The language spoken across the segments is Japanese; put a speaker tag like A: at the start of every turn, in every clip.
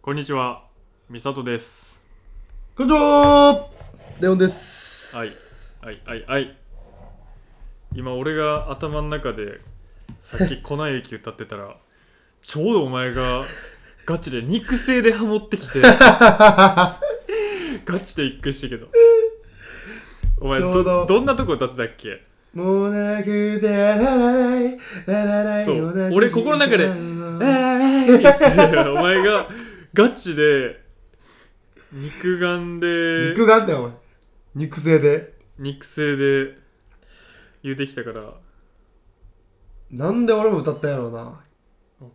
A: こんにちは、みさとです。
B: こんにちはレオンです。
A: はい、はい、はい、はい。今、俺が頭の中で、さっき粉雪歌ってたら、ちょうどお前が、ガチで肉声でハモって きて、ガチで一句してけど。お前
B: ちょ
A: ど、
B: うど
A: どんなとこ歌ってたっけ
B: もうなくてララライララライ
A: そう
B: 同じ時間
A: 俺心の中で
B: は
A: お前が、ガチで、肉眼で、
B: 肉眼だよお前肉声で
A: 肉声で言うてきたから、わ
B: なんで俺も歌ったんやろうな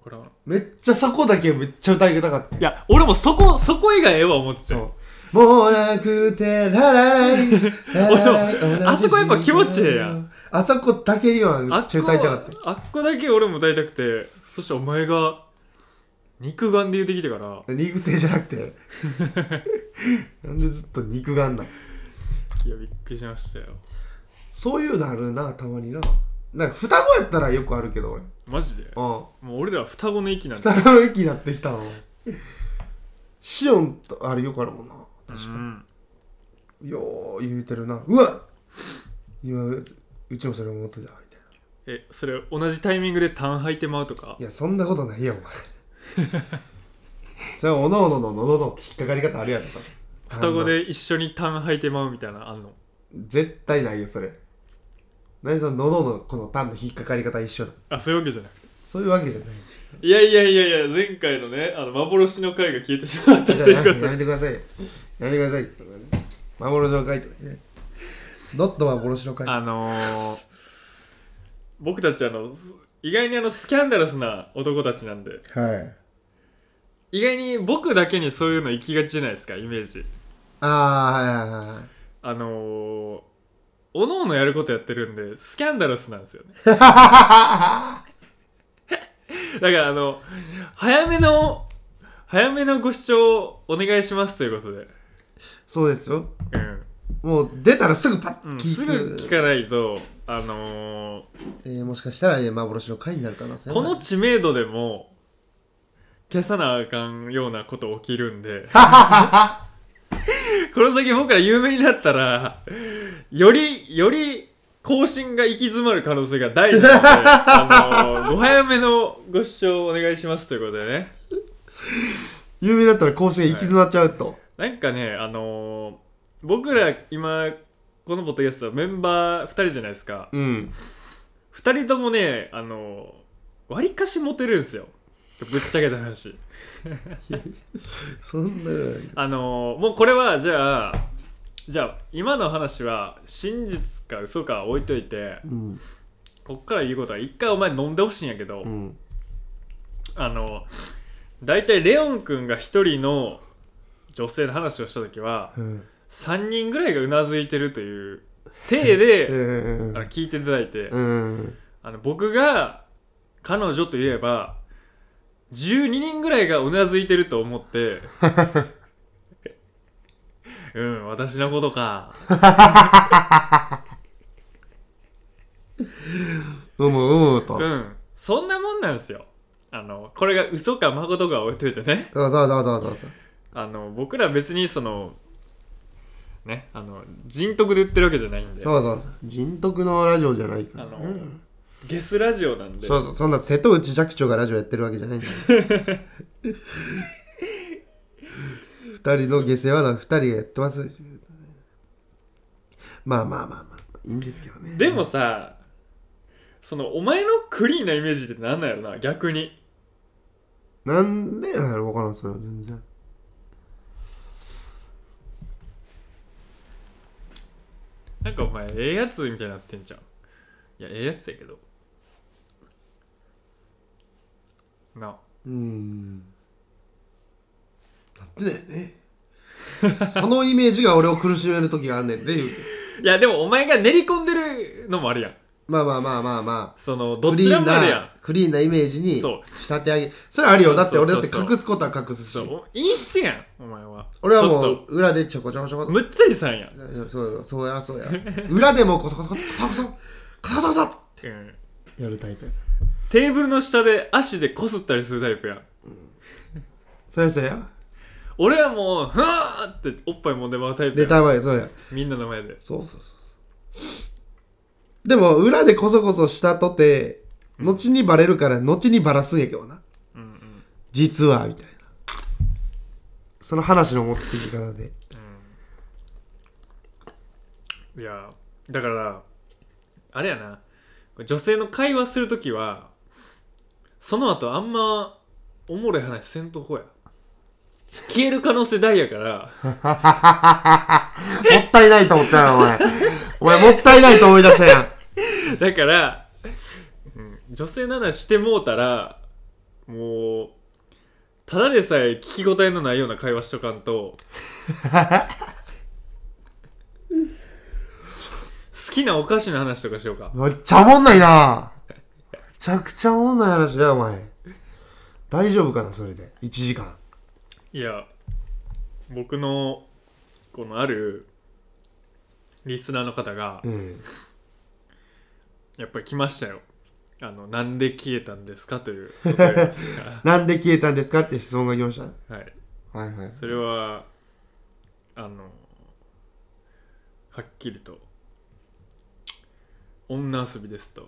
A: からん。
B: めっちゃそこだけめっちゃ歌いたかった
A: いや、俺もそこ、そこ以外ええわ思ってたよ。
B: そうもうなくてララライララライ
A: 俺も
B: 同じ時間
A: あそこやっぱ気持ちええやん
B: あそこだけ今め
A: あ
B: っちゃ歌いたかった
A: っこあっこだけ俺も歌いたくて、そしてお前が、肉眼で言うてきたから、
B: 肉声じゃなくてなんでずっと肉眼なん
A: いや、びっくりしましたよ。
B: そういうのあるなたまにななんか双子やったらよくあるけど俺
A: マジで
B: うん
A: もう俺ら双子の息なんだ。
B: 双子の息になってきたのシオンとあれよくあるもんな確
A: う
B: か
A: ん。
B: によう言うてるなうわ今うちもそれ思ってたみたい
A: え、それ同じタイミングでタン吐いてまうとか
B: ないやそんなことないよお前 それはおのおのの喉の引っかかり方あるやろ多分
A: 双子で一緒にタン吐いてまうみたいなのあんの
B: 絶対ないよそれ何その喉のこのタンの引っかかり方一緒だ
A: あ、そういうわけじゃない。
B: そういうわけじゃない
A: いやいやいやいや、前回のね、あの、幻の回が消えてしまった
B: じ
A: と
B: ゃ
A: いうこと
B: あやめてくださいよやめてくださいって幻の回とかねノット幻の回
A: あのー、僕たちあのす意外にあのスキャンダラスな男たちなんで
B: はい
A: 意外に僕だけにそういうの行きがちじゃないですかイメージ
B: ああはいはいはいはい
A: あのー、おのおのやることやってるんでスキャンダラスなんですよねだからあの早めの早めのご視聴お願いしますということで
B: そうですよ。
A: うん
B: もう出たらすぐパッ
A: うん、
B: 聞
A: す
B: く、
A: ぐ聞かないとあのー、
B: えーもしかしたら、えー幻の回になる可能性
A: この
B: ち
A: 知名度でも消さなあかんようなこと起きるんでこの先僕ら有名になったらよりより更新が行き詰まる可能性が大なのであのご早めのご視聴お願いしますということでね
B: 有名だったら甲子園行き詰まっちゃうと、
A: なんかねあのー僕ら今このポッドキャストメンバー2人じゃないですか
B: うん
A: 2人ともねあのー割かしモテるんですよぶっちゃけた話
B: そんな
A: あのーもうこれはじゃあじゃあ今の話は真実か嘘か置いといて
B: うん
A: こっから言うことは一回お前飲んでほしいんやけど、
B: うん
A: あの大体レオン君が一人の女性の話をした時は
B: うん
A: 3人ぐらいがうなずいてるという体で
B: うん
A: あの聞いていただいて、
B: うん
A: あの僕が彼女といえば12人ぐらいがうなずいてると思って うん私のことか
B: うむうむと、
A: う
B: そうん
A: そんなもんなんですよあのこれが嘘か誠かは置いといてね
B: そうそうそうそうそう
A: あの僕ら別にそのねあの人徳で言ってるわけじゃないんで
B: そうそう人徳のラジオじゃないから、
A: あの
B: うん
A: ゲスラジオなんで
B: そうそうそんな瀬戸内寂聴がラジオやってるわけじ ゃないんだよ二人の下世話な二人がやってますまあまあまあまあいいんですけどね
A: でもさそのお前のクリーンなイメージってなんなんやろな逆に
B: なんでなの分からんそれは全然
A: なんかお前ええやつみたいになってんじゃんいやええやつやけどな
B: うんだってだよねそのイメージが俺を苦しめる時があんねんで言うて
A: いやでもお前が練り込んでるのもあるやん
B: まあまあまあまあまあ
A: そのどっちらもあるやん
B: クリーンなイメージに仕
A: そう
B: 立て上げそれあるよだって俺だって
A: そうそうそう
B: 隠すことは隠すし
A: そう陰湿やんお前は
B: 俺は
A: ち
B: も
A: ょっ
B: う裏でちょこちょこちょこと
A: むっつりさんやん、
B: そうよそうやそうや裏でもこそこそこそこそこそこそこそこ
A: うん
B: そやるタイプ
A: テーブルの下で足でこすったりするタイプやん
B: それそうや
A: 俺はもう「ふわー!」っておっぱいもんでまうタイプ
B: 出
A: や
B: たまえそうや
A: みんなの前で
B: そうそうそうでも裏でこそこそしたとて
A: うん
B: 後にバレるから後にバラすんやけどな
A: うんうん
B: 実はみたいなその話の持ってき方 で
A: いやだからあれやな女性の会話するときはその後あんまおもろい話せんとこや消える可能性大やから
B: もったいないと思ったよ、お前。お前、もったいないと思い出したやん。
A: だから、うん女性ならしてもうたらもうただでさえ聞き応えのないような会話しとかん と好きなお菓子の話とかしようか
B: めっちゃおもんないなめちゃくちゃおもんない話だよ、お前。大丈夫かな、それで。1時間。
A: いや僕のこのあるリスナーの方が
B: うん。
A: やっぱり来ましたよあのなんで消えたんですかというお便りです が
B: なんで消えたんですかって質問が来ました。
A: はい
B: はいはい。
A: それはあのはっきりと「女遊びです」と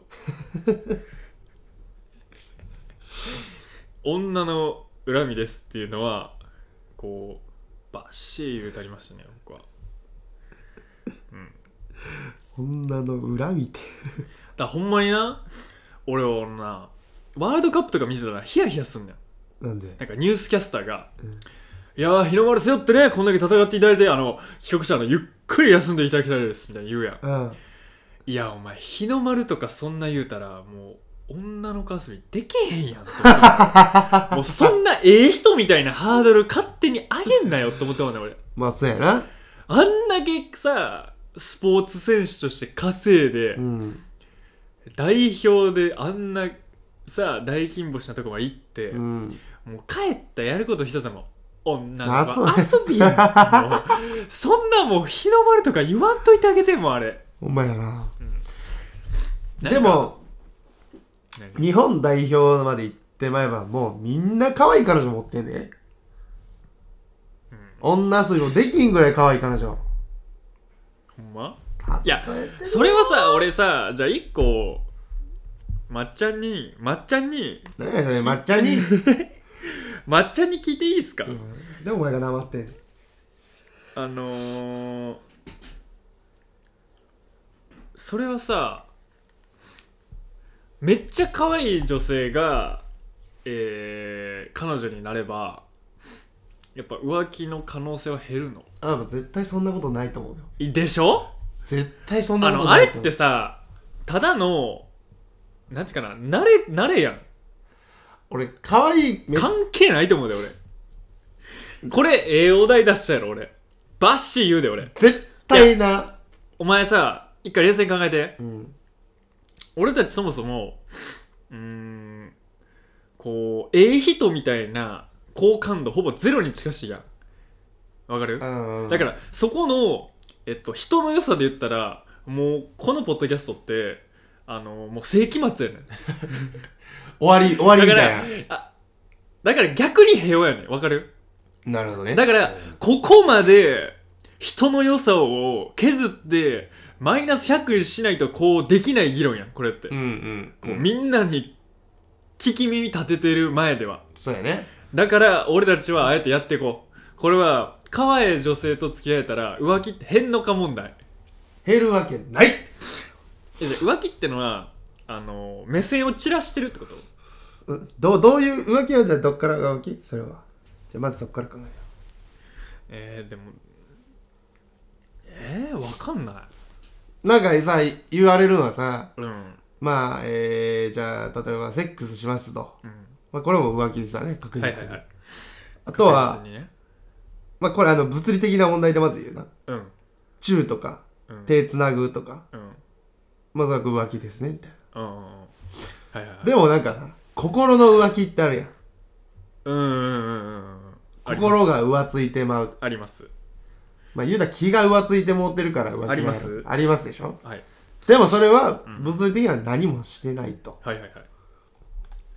A: 「女の恨みです」っていうのはこうバッシー言うたりましたね僕は
B: 女の恨みて。
A: だからほんまにな俺はなワールドカップとか見てたらヒヤヒヤすんねん
B: なんで。
A: なんかニュースキャスターが、
B: うん
A: いやー、日の丸背負ってね、こんだけ戦っていただいて、あの、帰国者のゆっくり休んでいただきたいです、みたいに言うやん。
B: うん。
A: いや、お前、日の丸とかそんな言うたら、もう、女の子遊びできへんやんとか。 もう、そんなええ人みたいなハードル勝手に上げんなよって思ってまうねん、俺。
B: まあ、そうやな。
A: あんだけさ、スポーツ選手として稼いで、
B: うん。
A: 代表であんな、さ、大金星なとこまで行って、
B: うん。
A: もう帰ったやること一つも女
B: あ
A: の子
B: そう
A: 遊びやんもうそんなもう日の丸とか言わんといてあげてもあれ
B: ほんまやな。
A: なんか
B: でも、
A: なんか
B: 日本代表まで行ってまえば、もうみんな可愛い彼女持ってんね。女遊びもできんぐらい可愛い彼女。
A: ほんま
B: た
A: いや
B: それで
A: それはさ俺さじゃあ一個まっちゃんにまっちゃんに
B: 何やそれ、まっちゃんに。
A: まっちゃんに聞いていいですか、
B: でもお前が黙ってんね
A: あのー、それはさめっちゃ可愛い女性が、えー彼女になればやっぱ浮気の可能性は減るの
B: あもう絶対そんなことないと思うよ
A: いでしょ
B: 絶対そん
A: あ
B: なこと
A: のあ
B: な
A: れ
B: い
A: っ
B: と思
A: て
B: う
A: さただのなんちゅうかな慣れ慣れやん
B: 俺可愛いめ
A: 関係ないと思うで俺これええお題出したやろ俺バッシー言うで俺
B: 絶対な
A: お前さ一回冷静に考えて
B: うん
A: 俺たちそもそもうーんこうええ人みたいな好感度ほぼゼロに近しいやんわかる
B: うん
A: だからそこの、えっと、人の良さで言ったらもうこのポッドキャストってあのもう世紀末やねん
B: 終わり終わりみ
A: だか
B: た
A: ら
B: い
A: あだから逆に平和やねんわかる
B: ななるほどね
A: だからここまで人の良さを削ってマイナス100にしないとこうできない議論やんこれって
B: うんうん
A: こう
B: うん
A: みんなに聞き耳立ててる前では
B: そうやね
A: だから俺たちはあえてやっていこうこれは可愛い女性と付き合えたら浮気って変のか問題
B: 減るわけない
A: えじゃあ浮気ってのはあの目線を散らしてるってこと
B: うんどうどういう浮気はじゃあどっからが浮気それはじゃあまずそっから考えよ
A: えー、でもえー、わかんな
B: うなんかさ言われるのはさ
A: いうん
B: まあえー、じゃあ例えばセックスしますと、
A: うん
B: まあ、これも浮気ですよね確実
A: はい
B: に、
A: はいはい
B: あとは
A: 確実にね
B: まあこれあの物理的な問題でまず言うな
A: うん
B: チューとか
A: うん
B: 手つなぐとか、
A: うん
B: まさか浮気ですねみたいな、
A: うんうんうんはいはいはい
B: でもなんかさ心の浮気ってあるやん
A: うんうんうんうんうんあります
B: 心が浮ついてまう
A: あります
B: まあ言うたら気が浮ついてもうてるから浮気もやろ
A: あります
B: ありますでしょ
A: はい
B: でもそれは
A: ん
B: 物理的には何もしてないと、
A: はいはいはい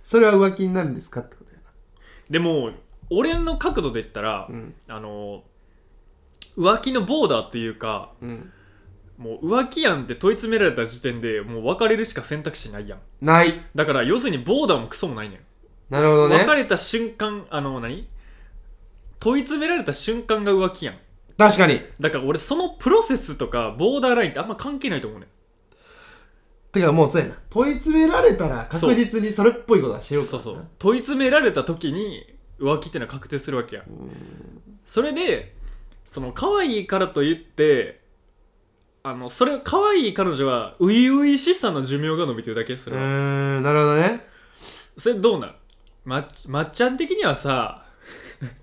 B: それは浮気になるんですかってことやな
A: でも俺の角度で言ったら、
B: うん
A: あの浮気のボーダーっていうか
B: うん
A: もう浮気やんって問い詰められた時点でもう別れるしか選択肢ないやん
B: ない
A: だから要するにボーダーもクソもないねん
B: なるほどね
A: 別れた瞬間あの何問い詰められた瞬間が浮気やん
B: 確かに
A: だから俺そのプロセスとかボーダーラインってあんま関係ないと思うねん
B: てかもうそうやな問い詰められたら確実にそれっぽいことはしようか
A: そう
B: ら
A: そ
B: な
A: う問い詰められた時に浮気ってのは確定するわけやん
B: うん
A: それでその可愛いからといってあのそれ可愛い彼女は初々しさの寿命が伸びてるだけそうれは、
B: ーんなるほどね
A: それどうなんまっまっちゃん的にはさ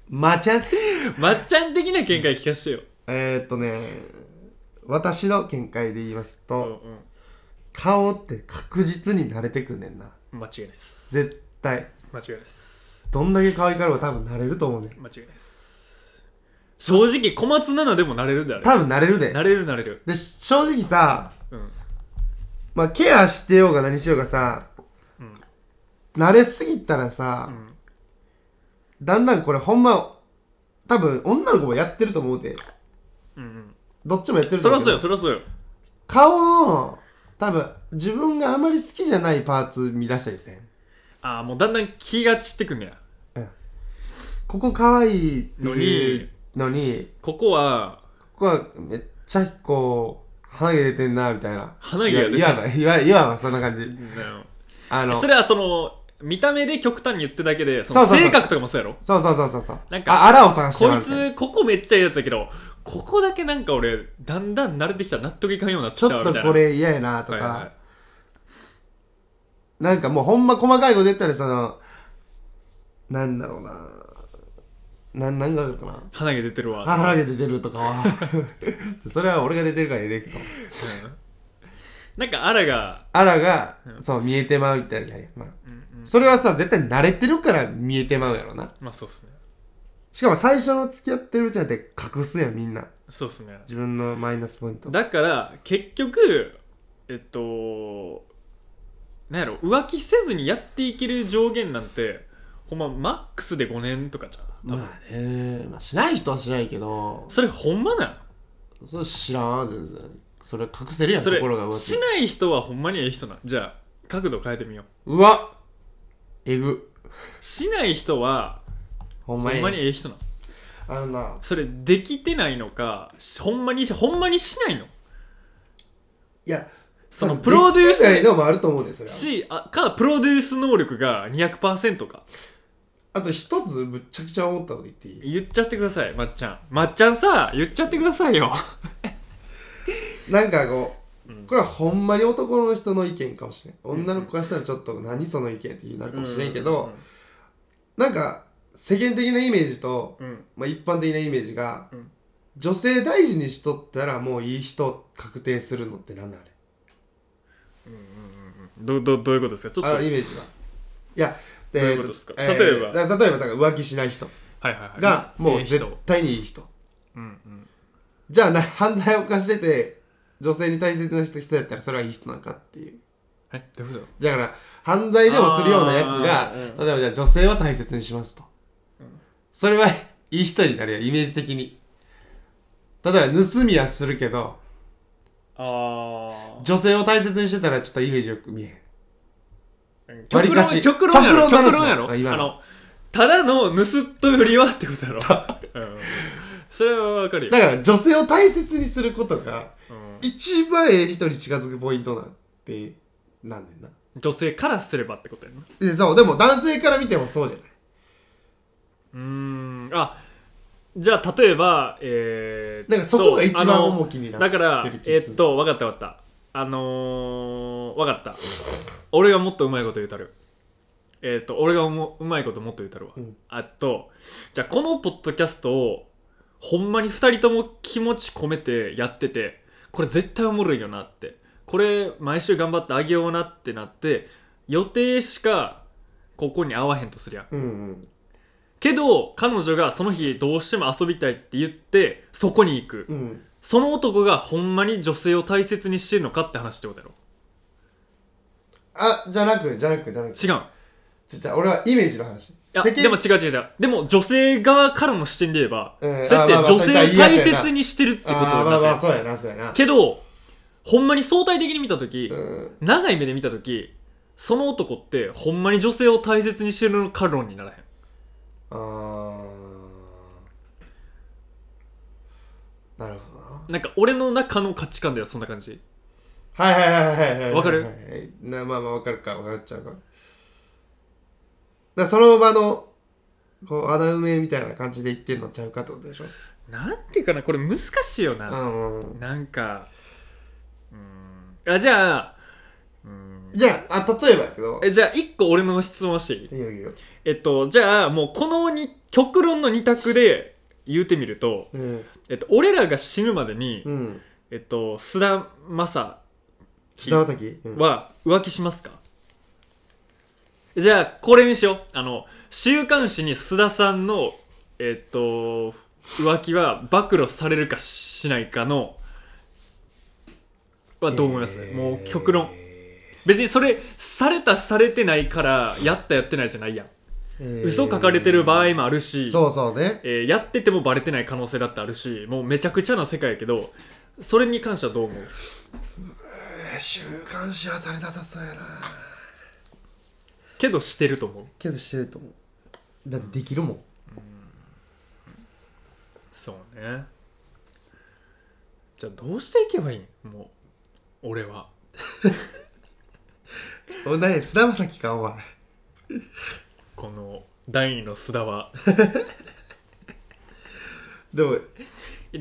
B: まあちゃん
A: まっちゃん的な見解聞かせてよ、
B: えー、っとね私の見解で言います
A: うん
B: と、顔って確実に慣れてくんねんな
A: うん、間違いないです
B: 絶対
A: 間違いないです
B: どんだけ可愛いからも多分慣れると思うねん
A: 間違いないです正直小松菜奈でもなれるんだよね
B: 多分慣れるで
A: なれるなれる
B: で正直さ
A: うん
B: まあケアしてようが何しようがさ
A: うん
B: 慣れすぎたらさ、
A: うん
B: だんだんこれほんま多分女の子もやってると思うで
A: うん
B: どっちもやって
A: うん
B: る
A: そ
B: と
A: り
B: 思
A: ゃ
B: う
A: そう
B: け
A: よ
B: ど
A: そりゃそうよ
B: 顔の多分自分があまり好きじゃないパーツ見出したりせん
A: ああもうだんだん気が散ってくんねや
B: ここ可愛いっていうのに
A: ここは
B: ここはめっちゃこう鼻毛出てんなみたいな
A: 鼻毛が出て
B: いやいわばいわいわばそんな感じ
A: うん
B: あの
A: そ
B: そう
A: れはその見た目で極端に言ってだけでその
B: そうそうそう
A: 性格とかもそうやろ
B: そうそうそうそう
A: なんか
B: ああらを探して
A: こ
B: も
A: いう
B: らみたいな
A: つここめっちゃいいやつだけどここだけなんか俺だんだん慣れてきたら納得いかんようになってき
B: ち
A: ちゃ
B: ょ
A: うみ
B: っと
A: たいな
B: これ嫌やなとか、
A: はいはいはい
B: なんかもうほんま細かいこと言ったらそのなんだろうななんなんがあるかな
A: 鼻毛出てるわ
B: あ腹毛出てるとか はそれは俺が出てるからええねんけ
A: う
B: ど
A: んなんかアラが
B: あらが、そう見えてまうみたいなのやるやんまあそれはさ絶対慣れてるから見えてまうやろな
A: まあそうっすね
B: しかも最初の付き合ってるうちなんて隠すやんみんな
A: そうっすね
B: 自分のマイナスポイント
A: だから結局えっとなんやろ浮気せずにやっていける上限なんてほんまマックスで5年とかじゃう多分
B: あね、まあ、しない人はしないけど
A: それほんまなん
B: それ知らん全然それ隠せるや
A: それしない人はほんまにええ人なんじゃあ角度変えてみよう
B: うわえぐ
A: しない人は
B: ほん
A: ほ
B: まに
A: んまにええ人なん
B: あのな
A: それできてないのかしほんまにしほんまにしないの
B: いや
A: そのプロデュー
B: できない
A: ス
B: のもあると思うねそれは
A: しあかプロデュース能力が200%か
B: あと一つむっちゃくちゃ思ったの言っていい
A: 言っちゃってくださいまっちゃんまっちゃんさ言っちゃってくださいよ
B: なんかこう、
A: うん
B: これはほんまに男の人の意見かもしれん女の子からしたらちょっと何その意見っていうなるかもしれんけど、なんか世間的なイメージと、
A: うんうん
B: まあ、一般的なイメージが、
A: うん
B: 女性大事にしとったらもういい人確定するのってなんだあれ
A: どどどういうことですかちょっと
B: あ
A: は
B: の
A: い
B: イメージがいやで
A: どういうことですか
B: えっと
A: 例えば
B: だから例えばだから浮気しない人
A: はいはい
B: が
A: え
B: も
A: え
B: う
A: 人
B: 絶対にいい人
A: うんうん
B: じゃあな犯罪を犯してて女性に大切な人人やったらそれはいい人なんかっていう
A: えどういうこ
B: だから犯罪でもするようなやつ
A: あ
B: が、
A: ー
B: 例えばじゃあ女性は大切にしますと、それはいい人になるやんイメージ的に例えば盗みはするけど
A: とああ
B: 女性を大切にしてたらちょっとイメージよく見えへん割
A: 極
B: りか
A: 論
B: し
A: 極論やろ
B: 極論
A: 極
B: の話
A: 論やろ
B: あ今の
A: あのただの盗っ人よりはってことやろうんそれはわかるよ
B: だから女性を大切にすることが
A: うん
B: 一番ええ人に近づくポイントなんてなんねんな
A: 女性からすればってことやなう
B: でそうでも男性から見てもそうじゃない
A: ーんあじゃあ例えばえーっと
B: なんかそこが一
A: あ
B: 番
A: の
B: 重きにな
A: だ
B: って
A: から
B: る気
A: え
B: す
A: ーっ
B: る
A: とわかったわかったあのー、わかった俺がもっとうまいこと言うたるえーっと俺がもうまいこともっと言うたるわ、
B: うん
A: あとじゃあこのポッドキャストをほんまに2人とも気持ち込めてやっててこれ絶対おもろいよなってこれ毎週頑張ってあげようなってなって予定しかここに合わへんとするやん
B: うんうん
A: けど彼女がその日どうしても遊びたいって言ってそこに行く、
B: うん
A: その男がほんまに女性を大切にしてるのかって話ってことやろ
B: あじゃなくじゃなくじゃなく
A: 違う
B: じゃじゃ俺はイメージの話
A: や
B: 世間
A: でも違う違う違うでも女性側からの視点で言えば、
B: うん
A: それって
B: あまあまあ
A: 女性を大切にしてるってこと
B: あ
A: に
B: あま
A: な
B: あ
A: って
B: ま
A: る
B: あそうやなそうやな
A: けどほんまに相対的に見た時、
B: うん
A: 長い目で見た時その男ってほんまに女性を大切にしてるのか論にならへん
B: あーなるほどな
A: なんか俺の中の価値観ではそんな感じ
B: はいはいはいはいはいはい
A: わかる
B: はいなまあまあわかるかわかっちゃうかだからその場のこう穴埋めみたいな感じで言ってんのちゃうかってことでしょ
A: なんていうかなこれ難しいよな、
B: うんうん
A: なんかうんあじゃあうん
B: じゃああ例えばやけど
A: えじゃあ一個俺の質問していい
B: いいよいいよ
A: えっとじゃあもうこのに極論の二択で言うてみると、
B: うん
A: えっと、俺らが死ぬまでに、
B: うん
A: えっと菅田将
B: 菅田将暉うん
A: は浮気しますか、じゃあこれにしようあの週刊誌に須田さんのえっと浮気は暴露されるかしないかのはどう思います、
B: えー
A: もう極論別にそれされたされてないからやったやってないじゃないやん、
B: えー
A: 嘘書かれてる場合もあるし
B: そうそうね
A: えーやっててもバレてない可能性だってあるしもうめちゃくちゃな世界やけどそれに関してはどう思う
B: 週刊誌はされなさそうやな
A: けどしてると思う
B: けどしてると思うだってできるもん
A: そうねじゃあどうしていけばいいんもう俺は
B: お前菅田将暉かお前
A: この第二の須田は
B: でも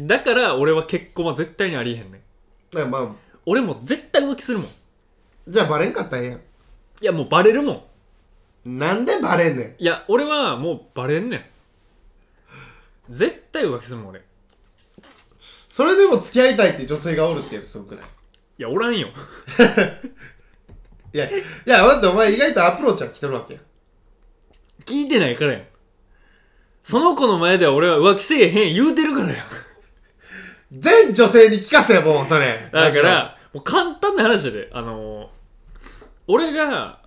A: だから俺は結婚は絶対にありえへんねん
B: だからまあ
A: 俺も絶対浮気するもんい
B: じゃあバレんかったらええや
A: やもうバレるもん
B: んなんでバレんねん
A: いや俺はもうバレんねん絶対浮気するもん俺い
B: それでも付き合いたいって女性がおるってすごくない
A: やおらんよ
B: いやいや待ってお前意外とアプローチは来てるわけや
A: 聞いてないからやんその子の前では俺は浮気せえへん言うてるからやん
B: 全女性に聞かせもうそれ
A: だから、もう簡単な話で、あのー俺が、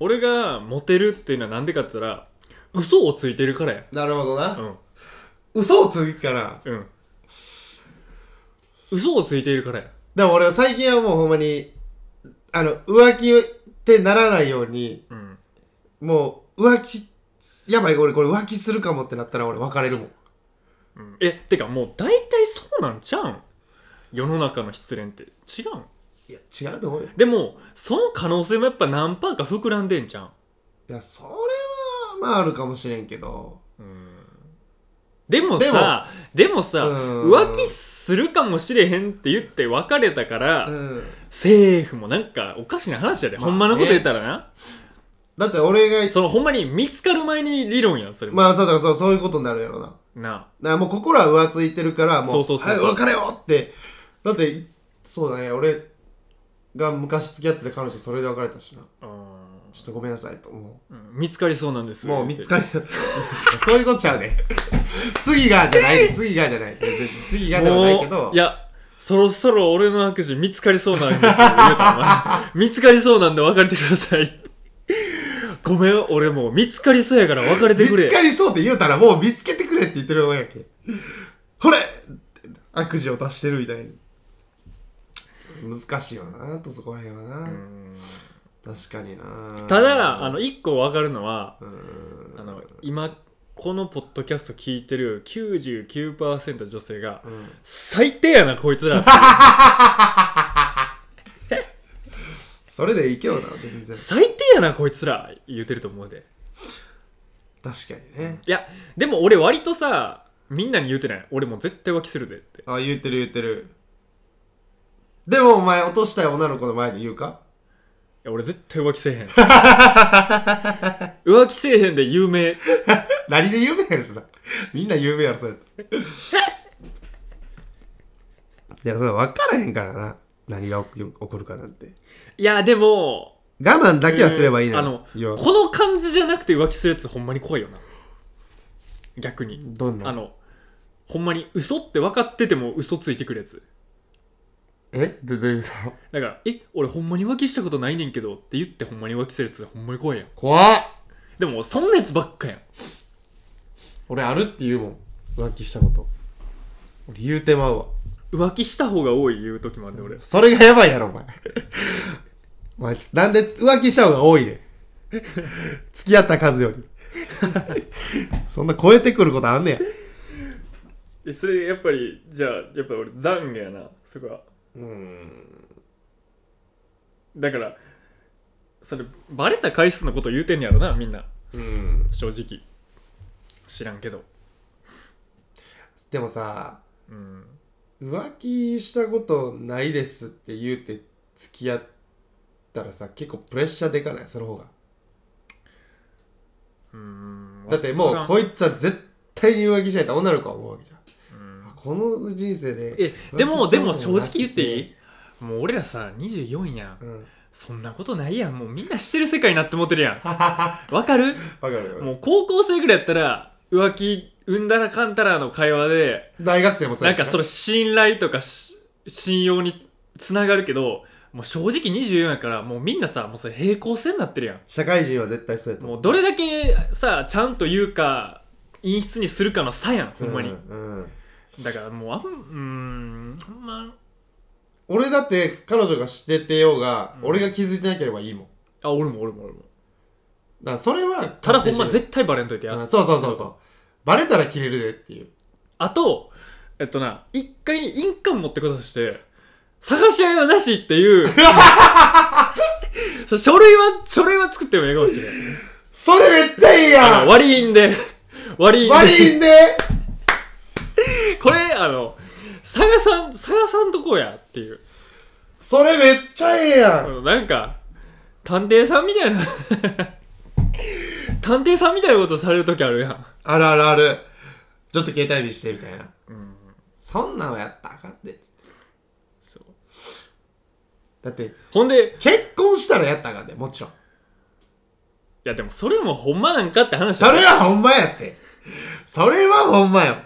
A: 俺がモテるっていうのはなんでかって言ったら、嘘をついてるからや。
B: なるほどな、
A: うん。
B: 嘘をつくから
A: うん。嘘をついているからや。
B: でも俺は最近はもうほんまにあの浮気ってならないように
A: うん。
B: もう浮気やばい俺これ浮気するかもってなったら俺別れるもん
A: うん、え、てかもう大体そうなんちゃうん世の中の失恋って。違うん
B: いや違うと思うよ
A: でも、その可能性もやっぱ何パーか膨らんでんじゃん。
B: いやそれはまああるかもしれんけど
A: うんでもさ、でもさ、
B: うん
A: 浮気するかもしれへんって言って別れたから、
B: うん
A: セーフもなんかおかしな話やで、
B: まあ
A: ほんまのこと言ったらな
B: だって俺が
A: そのほんまに見つかる前に理論やんそれも、
B: まあそうだからそうそういうことになるやろうなだか
A: な
B: らもう心は浮ついてるからもう
A: そうそうそうそう
B: はい、別れよってだってそうだね俺が昔付き合ってた彼女それで別れたしな
A: あ、
B: ちょっとごめんなさいとも
A: うん見つかりそうなんです
B: うもう見つか
A: り
B: り そういうことちゃうね次がじゃない次がじゃない別に次がではないけど
A: いやそろそろ俺の悪事見つかりそうなんですよ言う たの見つかりそうなんで別れてくださいごめん俺もう見つかりそうやから別れてく
B: 見
A: れ
B: つかりそうって言うたらもう見つけてくれって言ってる親やけほれ悪事を出してるみたいに難しいよなとそこら辺はな、
A: うん
B: 確かにな
A: ただあの一個分かるのは
B: うん
A: あの今このポッドキャスト聞いてる99%女性が
B: うん
A: 最低やなこいつらって
B: それでいいけどな全然
A: 最低やなこいつら言うてると思うで
B: 確かにね
A: いやでも俺割とさみんなに言うてない俺もう絶対浮気するでって
B: あ言ってる言ってるでもお前落としたい女の子の前で言うか
A: いや俺絶対浮気せえへ ん浮気せえへんで有名
B: 何で有名なんですかみんな有名やろ そうやっていやそれ分からへんからな何が起き起こるかなんて
A: いやでも
B: 我慢だけはすればいいの
A: あ
B: よ
A: の
B: 要は
A: この感じじゃなくて浮気するやつほんまに怖いよな逆に
B: どんな
A: あのほんまに嘘って分かってても嘘ついてくるやつ
B: えどどういうこと
A: だから「え俺ほんまに浮気したことないねんけど」って言ってほんまに浮気するやつほんまに怖いやん
B: 怖っ
A: でもそんなやつばっかやん
B: 俺あるって言うもん浮気したこと俺言うてまうわ
A: 浮気した方が多い言う時もあるね俺
B: それがやばいやろお前お前なんで浮気した方が多いねん付き合った数よりそんな超えてくることあんねや
A: えそれやっぱりじゃあやっぱ俺懺悔やなそこは
B: うん
A: だからそれバレた回数のこと言うてんねやろなみんな
B: うん
A: 正直知らんけど
B: でもさ
A: うん
B: 浮気したことないですって言うて付き合ったらさ結構プレッシャーでかないその方が
A: うん
B: だっても
A: わ
B: う
A: からん
B: こいつは絶対に浮気しないと女の子は思うわけじゃん
A: うん
B: あこの人生で
A: えでも
B: 浮気
A: で
B: したこと
A: も
B: ない
A: 正直言っていいもう俺らさ24やん
B: うん
A: そんなことないやんもうみんなしてる世界になって思ってるやんわか る
B: わかるよ
A: もう高校生ぐらいやったら浮気うんだらかんだらの会話で
B: 大学生もそう
A: な
B: や
A: ん
B: しな
A: かそれ信頼とかし信用につながるけどもう正直24やからもうみんなさもうそれ平行線になってるや
B: 社会人は絶対そうや
A: ん
B: と思
A: もうどれだけさちゃんと言うか陰湿にするかの差やんほんまに、
B: うんうん
A: だからもうあんうーんほんま
B: 俺だって彼女が知っててようが、
A: うん
B: 俺が気づいてなければいいもん
A: あ俺も俺も俺も
B: だからそれは
A: ただほんま
B: 絶
A: 絶対バレんといてや、
B: そうそうそうそうバレたら切れるでっていう
A: あとえっとな一回印鑑持ってくださして探し合いはなしっていう そう書類は書類は作ってもええかもしれん
B: それめっちゃいいや
A: あ
B: ん
A: の割り印 で割り印
B: 悪
A: で
B: いんで
A: これあの探さん探さんとこうやっていう
B: それめっちゃええや
A: あ
B: ん
A: のなんか探偵さんみたいな 探偵さんみたいなことされる時あるやん
B: あるあるあるちょっと携帯見してみたいな
A: うん
B: そんなんはやったらあかんでって
A: そう
B: だって
A: ほんで
B: 結婚したらやったらあかんでもちろん
A: いやでもそれもほんまなんかって話
B: そ
A: だ
B: れはほんまやってそれはほんまよ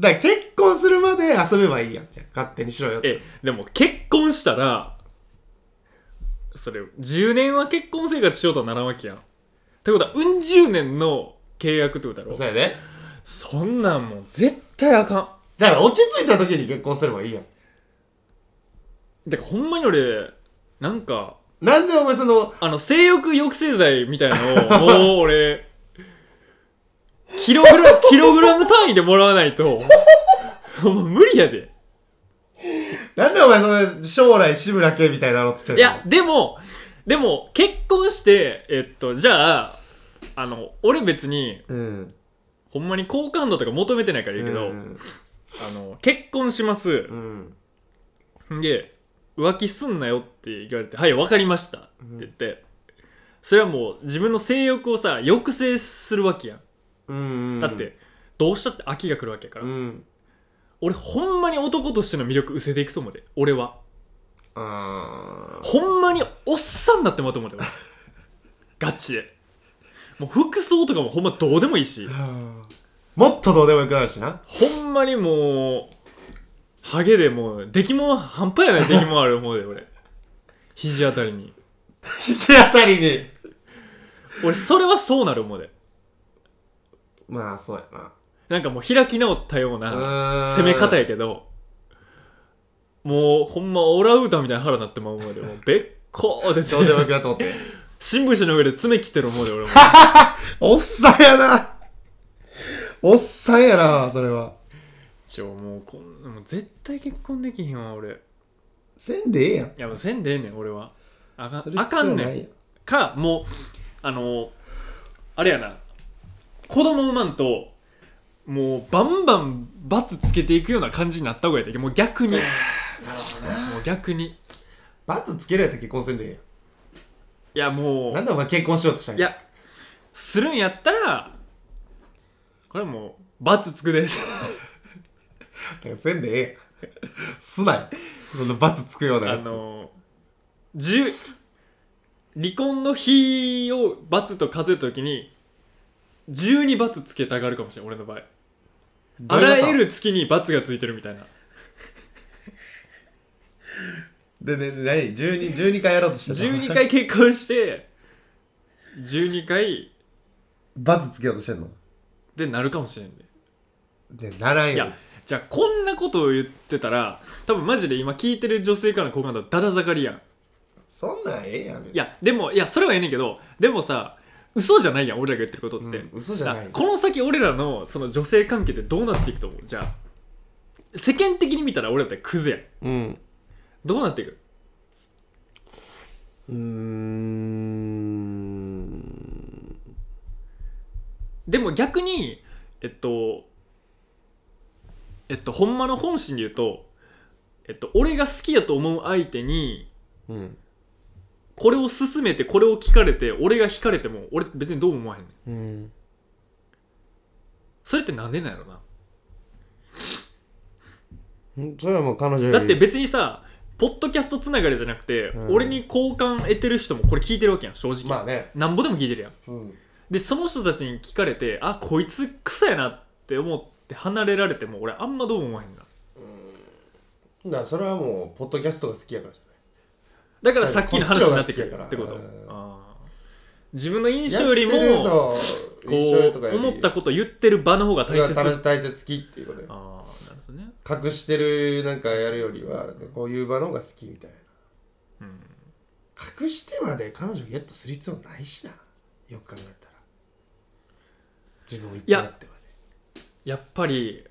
B: だから結婚するまで遊べばいいやんじゃあ勝手にしろよって
A: えでも結婚したらそれ10年は結婚生活しようとはならんわけやんってことはうん10年の契約ってことだろ
B: そうやで
A: そんなんもう絶対あかん
B: だから落ち着いた時に結婚すればいいやん
A: だからほんまに俺なんか
B: なんでお前その
A: あの性欲抑制剤みたい なのをもう俺キログラキログラム単位でもらわないともう無理やで
B: なんでお前その将来志村けんみたいなのつってん
A: い
B: の
A: やでもでも結婚してえっとじゃああの俺別に
B: うん
A: ほんまに好感度とか求めてないからいいけど、
B: うん
A: あの結婚します
B: う、ん
A: で浮気すんなよって言われて「はい分かりました」って言って、それはもう自分の性欲をさ抑制するわけやん
B: うん
A: だって、どうしたって秋が来るわけやから、
B: うん
A: 俺ほんまに男としての魅力薄れていくと思うで俺は
B: あー
A: ほんまにおっさんになってまうと思うで俺 ガチでもう服装とかもほんまどうでもいいし
B: はあもっとどうでもよくなる しな
A: ほんまにもう、ハゲでもう、出来もん半端やない出来もんある思うで、俺。肘あたりに。
B: 肘あたりに
A: 俺、それはそうなる思うで。
B: まあそうや
A: なんかもう開き直ったような
B: な
A: 攻め方
B: や
A: やけど、もうほんまオランウータンみたいな腹なってまう思うで、もうべっこー出
B: どうでもよ
A: て、
B: くなと思って
A: 新聞紙の上で爪切ってる思うで、俺 も。
B: おっさんやなおっさんやなそれは
A: ちょ、もうこんもう絶対結婚できへんわ、俺。い
B: せんでええやん
A: や、もうせんでええねん、俺は。あか
B: す
A: ん
B: る
A: あ
B: 必
A: か
B: 要
A: ん
B: ない
A: ね
B: や
A: ん。かもうあのあれやな子供産まんともうバンバン罰つけていくような感じになった方がいいもう逆になるほどもう逆に
B: バツつけるやったら結婚せんでえ
A: いや
B: えや
A: も
B: んなん
A: う
B: でお前結婚しようとしたん
A: いやするんやったらこれはもう罰つくです
B: だからせんでええやんすなよそんな罰つくような
A: あ
B: やつ
A: のじゅ離婚の日を罰と数えた時に12罰つけたがるかもしれない俺の場合あらゆる月に罰がついてるみたいな
B: ででで何 12, 12回やろうとしてた
A: 12回結婚して12回
B: バツつけようとしてんの
A: てなるかもしれんで
B: で習い
A: い
B: よ
A: やじゃあこんなことを言ってたら多分マジで今聞いてる女性からの好感度はだだ盛りやんい
B: そんなんええやんい
A: やでもいやそれはええねんけどでもさ嘘じゃないやん俺らが言ってることって、
B: うん、嘘じゃな
A: だ
B: い
A: からこの先俺らのその女性関係ってどうなっていくと思うじゃあ世間的に見たら俺らってクズやん
B: うん
A: どうなっていく
B: うーん
A: でも逆にえっとえっとほんまの本心で言うとえっと俺が好きやと思う相手に
B: うん
A: これを勧めてこれを聞かれて俺が惹かれても俺別にどうも思わへんねん
B: うん
A: それってなんでなんやろな
B: それはもう彼女より
A: だって別にさポッドキャストつながりじゃなくて、
B: うん
A: 俺に好感得てる人もこれ聞いてるわけやん正直、
B: まあね
A: なんぼでも聞いてるやん
B: うん
A: でその人たちに聞かれてあこいつクソやなって思って離れられても俺あんまどうも思わへんな
B: だからそれはもうポッドキャストが好きやからじゃない
A: だからさっきの話になってくる
B: こっちの方が好きやから
A: ってこと
B: うん
A: あー自分の印象よりも
B: やってるそう印象
A: こ
B: とかよ
A: う
B: り
A: 思ったこと言ってる場の方が大切
B: 大切大切好きっていうことよ
A: ああなるほどね
B: 隠してるなんかやるよりはこういう場の方が好きみたいな
A: うん
B: 隠してまで彼女ゲットする必要ないしなよく考えたら自分を偽ってまで
A: やっぱり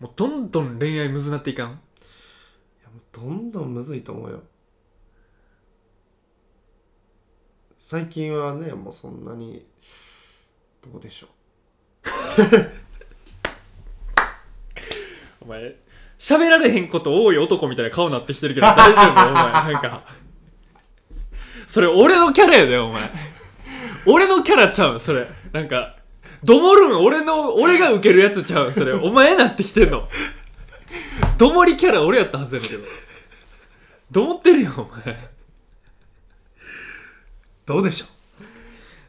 A: もうどんどん恋愛むずなっていかん
B: いやもうどんどんむずいと思うよ最近はねもうそんなにどうでしょ
A: お前喋られへんこと多い男みたいな顔なってきてるけど大丈夫お前なんかそれ俺のキャラやでお前俺のキャラちゃうんそれなんかどもるん俺の俺が受けるやつちゃうんそれお前なってきてんのどもりキャラ俺やったはずやねんけどどもってるよお前
B: うどうでしょ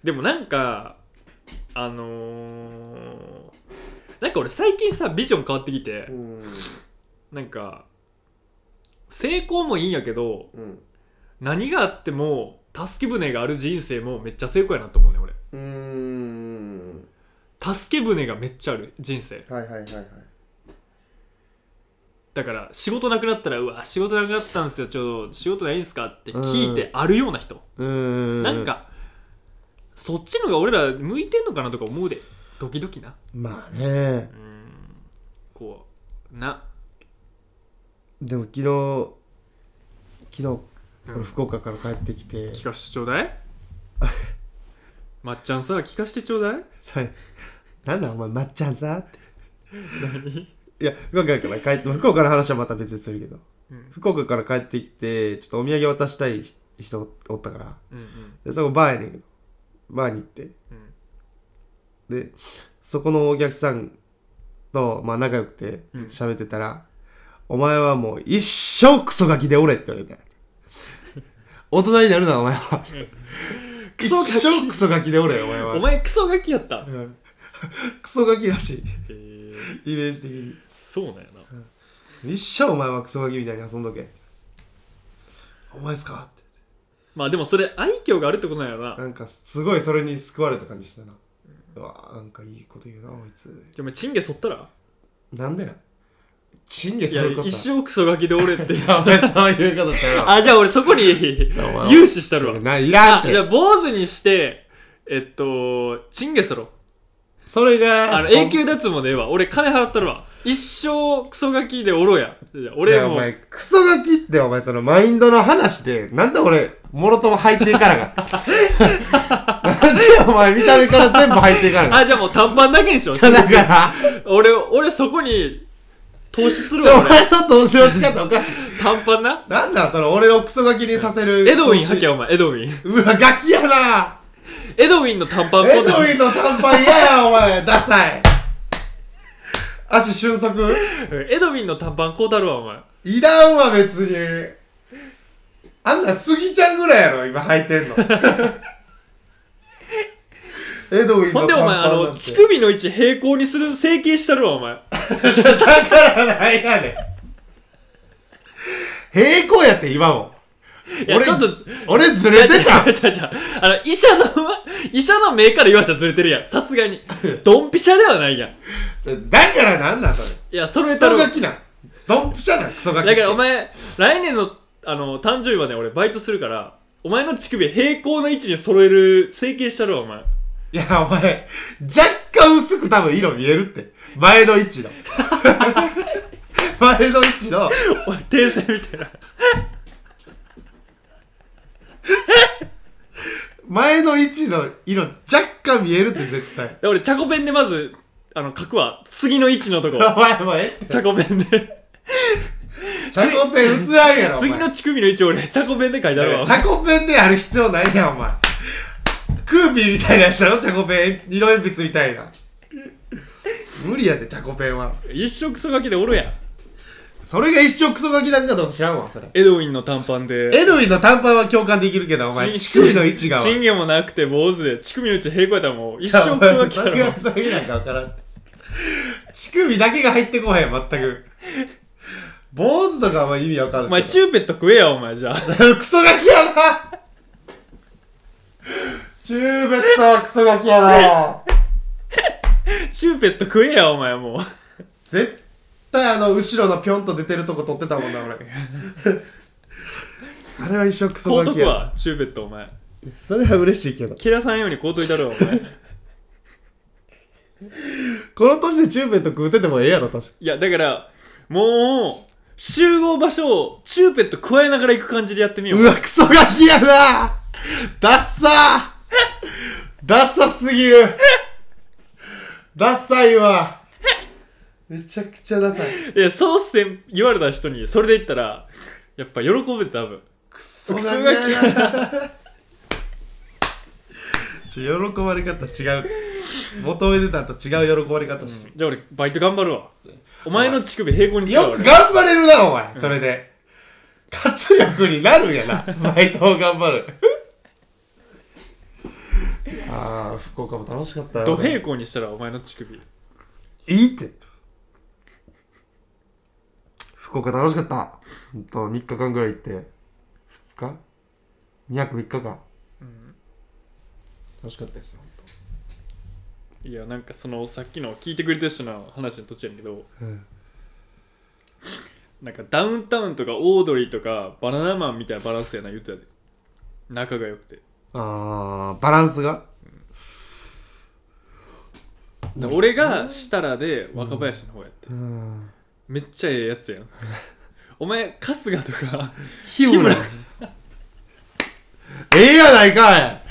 A: でもなんかあのー、なんか俺最近さビジョン変わってきて
B: ううん
A: なんか成功もいいんやけど
B: うん
A: 何があっても助け舟がある人生もめっちゃ成功やなと思うね俺
B: うーん
A: 助け舟がめっちゃある人生
B: はいはいはいはい
A: だから仕事なくなったら「うわ仕事なくなったんすよちょっと仕事ないんすか?」って聞いてあるような人
B: うーん
A: なんかそっちのが俺ら向いてんのかなとか思うでドキドキな
B: まあね
A: うんこうな
B: でも昨日昨日
A: うん
B: 俺福岡から帰ってきて、
A: 聞かしてちょうだ いまっちゃんさ聞かしてちょうだい
B: さなんだお前まっちゃんさって
A: 何
B: いや福岡から帰って福岡の話はまた別にするけど
A: うん
B: 福岡から帰ってきてちょっとお土産渡したい人おったから
A: うんうん
B: でそこバーやねんけどバーに行って
A: うん
B: でそこのお客さんと、まあ、仲良くてずっと喋ってたら、お前はもう一生クソガキでおれ」って言われ て「大人になるなお前は」
A: ク
B: 一
A: ソガキ
B: 生クソガキでおれお前は
A: お前クソガキやった
B: うんクソガキらし
A: えー
B: いイメージ的に
A: そうなんやな
B: 一生お前はクソガキみたいに遊んどけお前っすかって
A: まあでもそれ愛嬌があるってことなんやろな、
B: なんかすごいそれに救われた感じしたなうわなんかいいこと言うなこいつ
A: じゃあお前チンゲ剃ったら
B: なんでなんチンゲ
A: い
B: す
A: や
B: ること
A: 一生クソガキで俺 って
B: お前そういうことちゃうわ
A: あじゃあ俺そこに
B: ゃあお前は
A: 融資したるわ
B: ないらんっ
A: あじゃあ
B: て
A: 坊主にしてえっとチンゲ剃ろう
B: それが
A: あの永久脱毛でええわ俺金払ったるわ一生クソガキでおろうやいや俺
B: いやお
A: も
B: 前クソガキってお前そのマインドの話でなんで俺もろとも入っていからがなんでお前見た目から全部入っていからが
A: あじゃあもう短パンだけにしよう
B: だから
A: 俺俺そこに投資する
B: ちょ、お
A: わ俺
B: 前の投資の仕方おかしい。
A: 短パンな
B: なんだ、その俺をクソガキにさせる。
A: エドウィンはけやお前エドウィン
B: うわ、ガキやな
A: エドウィンの短パン
B: エドウィンの短パン嫌や、お前。ダサい。足俊足
A: エドウィンの短パンこうだるわお前
B: いらんわ、別に。あんなん、スギちゃんぐらいやろ、今履いてんの。 エドウィンの短
A: ほ
B: パンなんて。
A: んでお前あの乳首の位置平行にする整形したるわお前
B: だからなんやねん。 平行やって、今も。
A: いや
B: 俺
A: ちょっと
B: 俺ずれてた
A: 違う違う違う違うあの医者の 医者の目から言わしたらずれてるやんさす がにドンピシャではないやんい
B: だからなんなんそれ
A: やそ
B: ク
A: れ
B: ソ
A: 太郎
B: ガキなんドンピシャなんクソガキ
A: だからお前来年のあの誕生日まで俺バイトするからお前の乳首平行の位置に揃える整形したるわお前
B: いやお前若干薄く多分色見えるって前の 位置の前の位置の
A: お前天才みたいな
B: 前の位置の色若干見えるって絶対
A: で俺チャコペンでまずあの書くわ次の位置のとこ
B: お前お前
A: チャコペンで
B: チャコペン映らんやろお前
A: 次の乳首の位置俺チャコペンで書いてあるわ
B: チャコペンでやる必要ないやんお前クーピーみたいなやつだろチャコペン色鉛筆みたいな無理やでチャコペンは
A: 一生クソガキでおるやん
B: それが一生クソガキなんかどうか知らんわそれ
A: エドウィンの短パンで
B: エドウィンの短パンは共感できるけどお前
A: し
B: 乳首の位置が
A: チンゲもなくて坊主で乳首の位置平行やったらもう一生クソガキや
B: それ
A: ろ
B: がそれなんか分からん 乳首だけが入ってこへん全く坊主とかは意味わかんない
A: お前チューペット食えやお前じゃあ
B: クソガキやなチューベットはクソガキやな
A: チューペット食えやお前もう
B: 絶対あの後ろのピョンと出てるとこ撮ってたもんな俺 あれは一生クソ
A: 買う
B: ガ
A: と
B: キ
A: く
B: や
A: わチューペットお前
B: それは嬉しいけど
A: ケラさんように買うといたろお 前い
B: この年でチューベット食うててもええやろ確か
A: やだからもう集合場所をチューペット加えながら行く感じでやってみよう
B: うわクソガキやなダッサーダッサすぎるダッサいわめちゃくちゃダサい
A: いやそうせん言われた人にそれで言ったらやっぱ喜ぶで多分
B: クソ
A: ガ
B: ガ
A: キ
B: キ
A: や
B: ちょ喜ばれ方違う求めてたんと違う喜ばれ方し、
A: じゃあ俺バイト頑張るわお前の乳首平行にするわ
B: よく
A: 俺
B: 頑張れるなお前それで、活力になるんやなバイトを頑張るああ福岡も楽しかったよ
A: ド平行にしたらお前の乳首
B: いいって福岡楽しかったほんと3日間ぐらい行って2日2泊3日間楽しかったですよほんと
A: いやなんかそのさっきの聞いてくれた人の話の途中やねんけど、
B: うん
A: なんかダウンタウンとかオードリーとかバナナマンみたいなバランスやな言ってたで仲が良くて
B: あーバランスが
A: で俺が設楽で若林の方やって、
B: うん
A: めっちゃええやつやん お前春日とか
B: 日
A: 村
B: 村 ええやないかい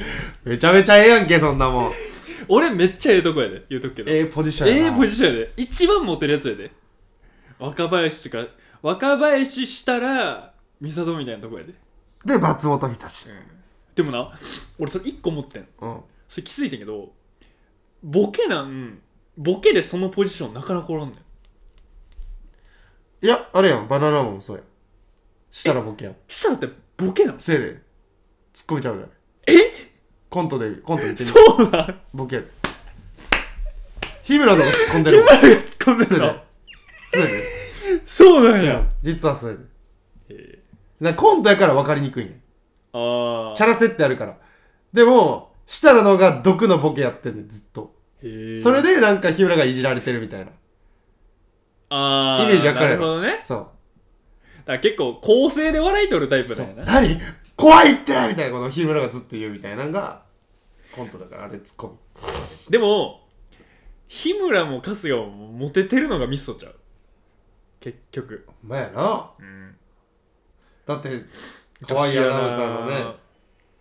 B: めちゃめちゃええやんけそんなもん
A: 俺めっちゃええとこやで言うとくけど
B: ええポジションや
A: ええ
B: な
A: ポジションやで一番モテるやつやで若林とか若林したら美里みたいなとこやで、
B: で松本人志
A: でもな俺それ一個持ってん
B: うん
A: それ気づいてんけどボケなんボケでそのポジションなかなかおらんねん
B: いやあれやんバナナマンもそうやしたらボケやん
A: したらってボケなん
B: せいで突っ込みちゃうじゃない
A: え
B: コントでコントで言ってみ
A: そうなん
B: ボケやで日村の方が突っ込んでる
A: 今
B: もん
A: が突っ込んで
B: せ
A: る
B: いで
A: の
B: せいで
A: そうなんや、
B: 実はそれで
A: ええ
B: なコントやから分かりにくいねん
A: あ
B: キャ
A: あ
B: ラ設定あるからでも設楽の方が毒のボケやってんねんずっとそれ
A: で
B: でなんか日村がいじられてるみたいな
A: ああ
B: イメージわかる
A: な
B: や
A: るほ
B: ろ
A: どね
B: そ
A: だから結構構成で笑いとるタイプ
B: うそ
A: だよ
B: う
A: な
B: 何怖いってみたいなことを日村がずっと言うみたいなのがコントだからあれツッコミ
A: でも日村も春日もモテてるのがミソちゃう結局
B: ほんまやな
A: うん
B: だって可愛いアナウンサーのね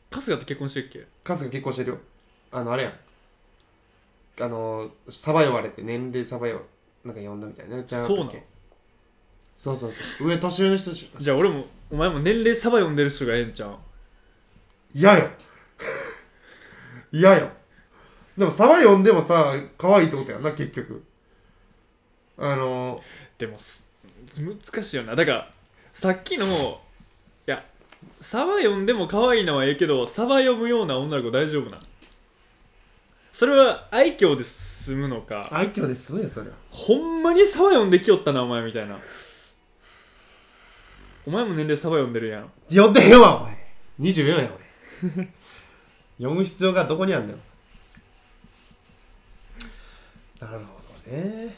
A: 春日って結婚してるっけ
B: カスが結婚してるよあのあれやんあのサバ呼ばれて年齢サバ呼ばなんか呼んだみたいなじゃあ
A: そうなの
B: そうそうそう上年上の人でしょ
A: じゃあ俺もお前も年齢サバ読んでる人がええんちゃう
B: 嫌よ嫌よでもサバ呼んでもさ可愛いってことやんな結局あの
A: でもす難しいよなだからさっきのいやサバ読んでも可愛いのはええけどサバ読むような女の子大丈夫なそれは愛嬌で済むのか
B: 愛嬌ですむよそれは
A: ほんまにサバ読んできよったなお前みたいなお前も年齢サバ読んでるやん
B: 呼んでへんわお前24や俺 読む必要がどこにあんだよなるほどね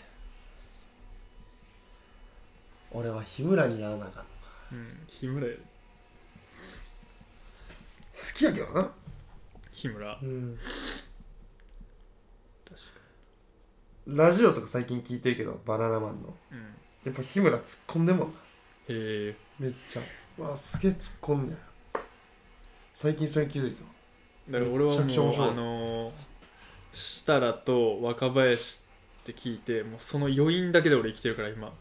B: 俺は日村にならなあかん
A: うん日村や
B: 好きやけどな
A: 日村
B: うん
A: 確か
B: ラジオとか最近聞いてるけどバナナマ
A: に
B: ンの
A: うんへ
B: やっぱ日村突っ込んでんもんな
A: え
B: めっちゃうわすげえ突っ込んでん最近それに気づいた
A: だから俺は
B: めちゃくちゃ
A: も
B: 面
A: う
B: 白い
A: あのー設楽と若林って聞いてもうその余韻だけで俺生きてるから今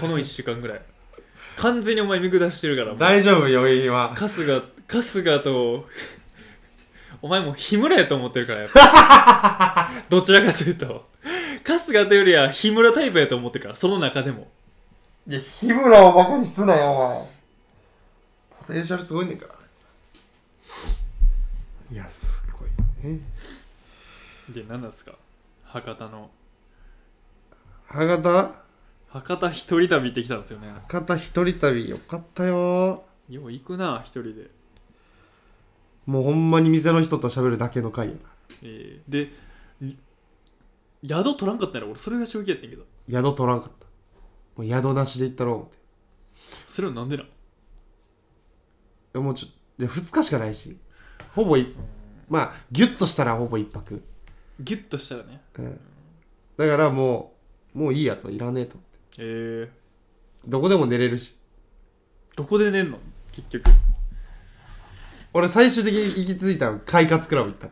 A: この1週間ぐ らい完全にお前見下してるからもう
B: 大丈夫余韻は
A: 春日春日とお前もう日村やと思ってるからやっぱ どちらかというと春日というよりは日村タイプやと思ってるからその中でも
B: いや日村をバカにすなよお前ポテンシャルすごいねんからいやすごいね
A: で何なんですか博多の
B: 博多
A: 博多一人旅行ってきたんですよね
B: 博多一人旅よかったよ
A: よう行くな一人で
B: もうほんまに店の人と喋るだけの会やな
A: えーでん宿取らんかったら俺それが衝撃やってんけど
B: 宿取らんかったもう宿なしで行ったろう思って
A: それはなんでなん
B: いやもうちょいや2日しかないしほぼいまあギュッとしたらほぼ1泊
A: ギュッとしたらね
B: うんだからもうもういいやといらねえと思って
A: えー、
B: どこでも寝れるし
A: どこで寝んの結局
B: 俺最終的に行き着いたの快活クラブ行った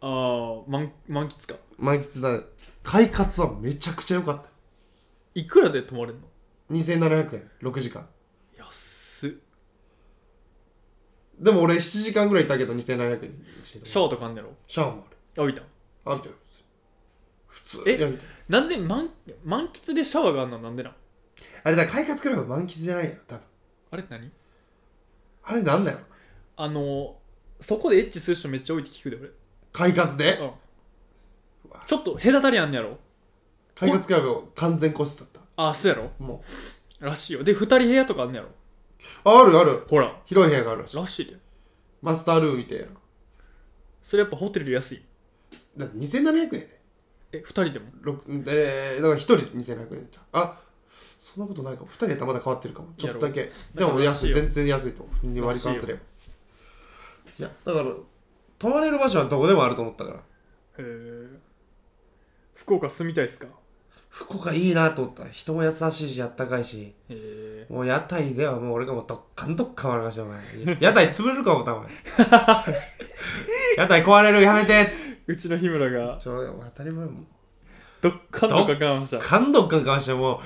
A: ああ満満喫か
B: 満喫だ快活はめちゃくちゃ良かった
A: いくらで泊まれんの
B: 2700円6時間
A: 安っ
B: でも俺7時間ぐらいいたけど2700円にしてた
A: シャワーとかあんねやろ
B: シャワーもあ
A: あ見た
B: るあるじゃん普通
A: え
B: いやみたいな
A: なんで満満喫でシャワーがあんのなんでなん
B: あれだ快活クラブは満喫じゃないよ多分
A: あれ何
B: あれなんだよ
A: あのーそこでエッチする人めっちゃ多いって聞くで俺
B: 快活で
A: うんちょっと隔たりあんねやろ
B: 快活クラブを完全個室だった
A: ああそうやろ
B: も
A: らしいよで2人部屋とかあんねやろ
B: うああるある
A: ほら
B: 広い部屋があるらしい
A: らしいで
B: マスタールームみたいな
A: それやっぱホテルより安い
B: だって2700円で
A: え2人でも
B: 六えー、だから1人2700円じゃんあそんなことないかも2人でたまた変わってるかもちょっとだけ
A: や
B: で
A: ろう
B: も
A: だかららしい
B: 安い
A: よ
B: 全然安いと思う2割り勘すればいやだから泊まれる場所はどこでもあると思ったから
A: へえ福岡住みたいっすか
B: 福岡いいなと思った人も優しいしあったかいし
A: へえ
B: もう屋台ではもう俺がもうどっかんどっかん笑かしてお前屋台潰れるかもた まに屋台壊れるやめて
A: うちの日村が
B: ちょ当たり前もう
A: どっかんどっか我慢した
B: 感動感かましてもう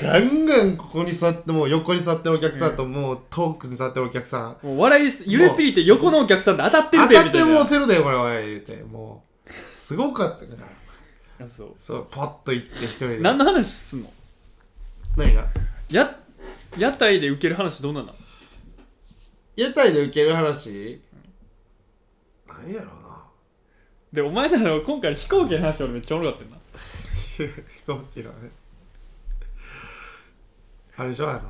B: ガンガンここに座ってもう横に座ってるお客さんともう遠くに座ってるお客さん
A: もう笑いす揺れすぎて横のお客さんで当たってる
B: 当
A: でみ
B: た
A: たいな
B: ってもうてるでこれは言うてもうすごかったから
A: あそう
B: そうパッと行って一人で
A: 何の話すんの
B: 何が
A: や屋台で受ける話どうなんの
B: 屋台で受ける話何やろうな
A: でお前だろ今回の飛行機の話俺めっちゃおもろかったよな
B: 飛行機のねあれでしょあの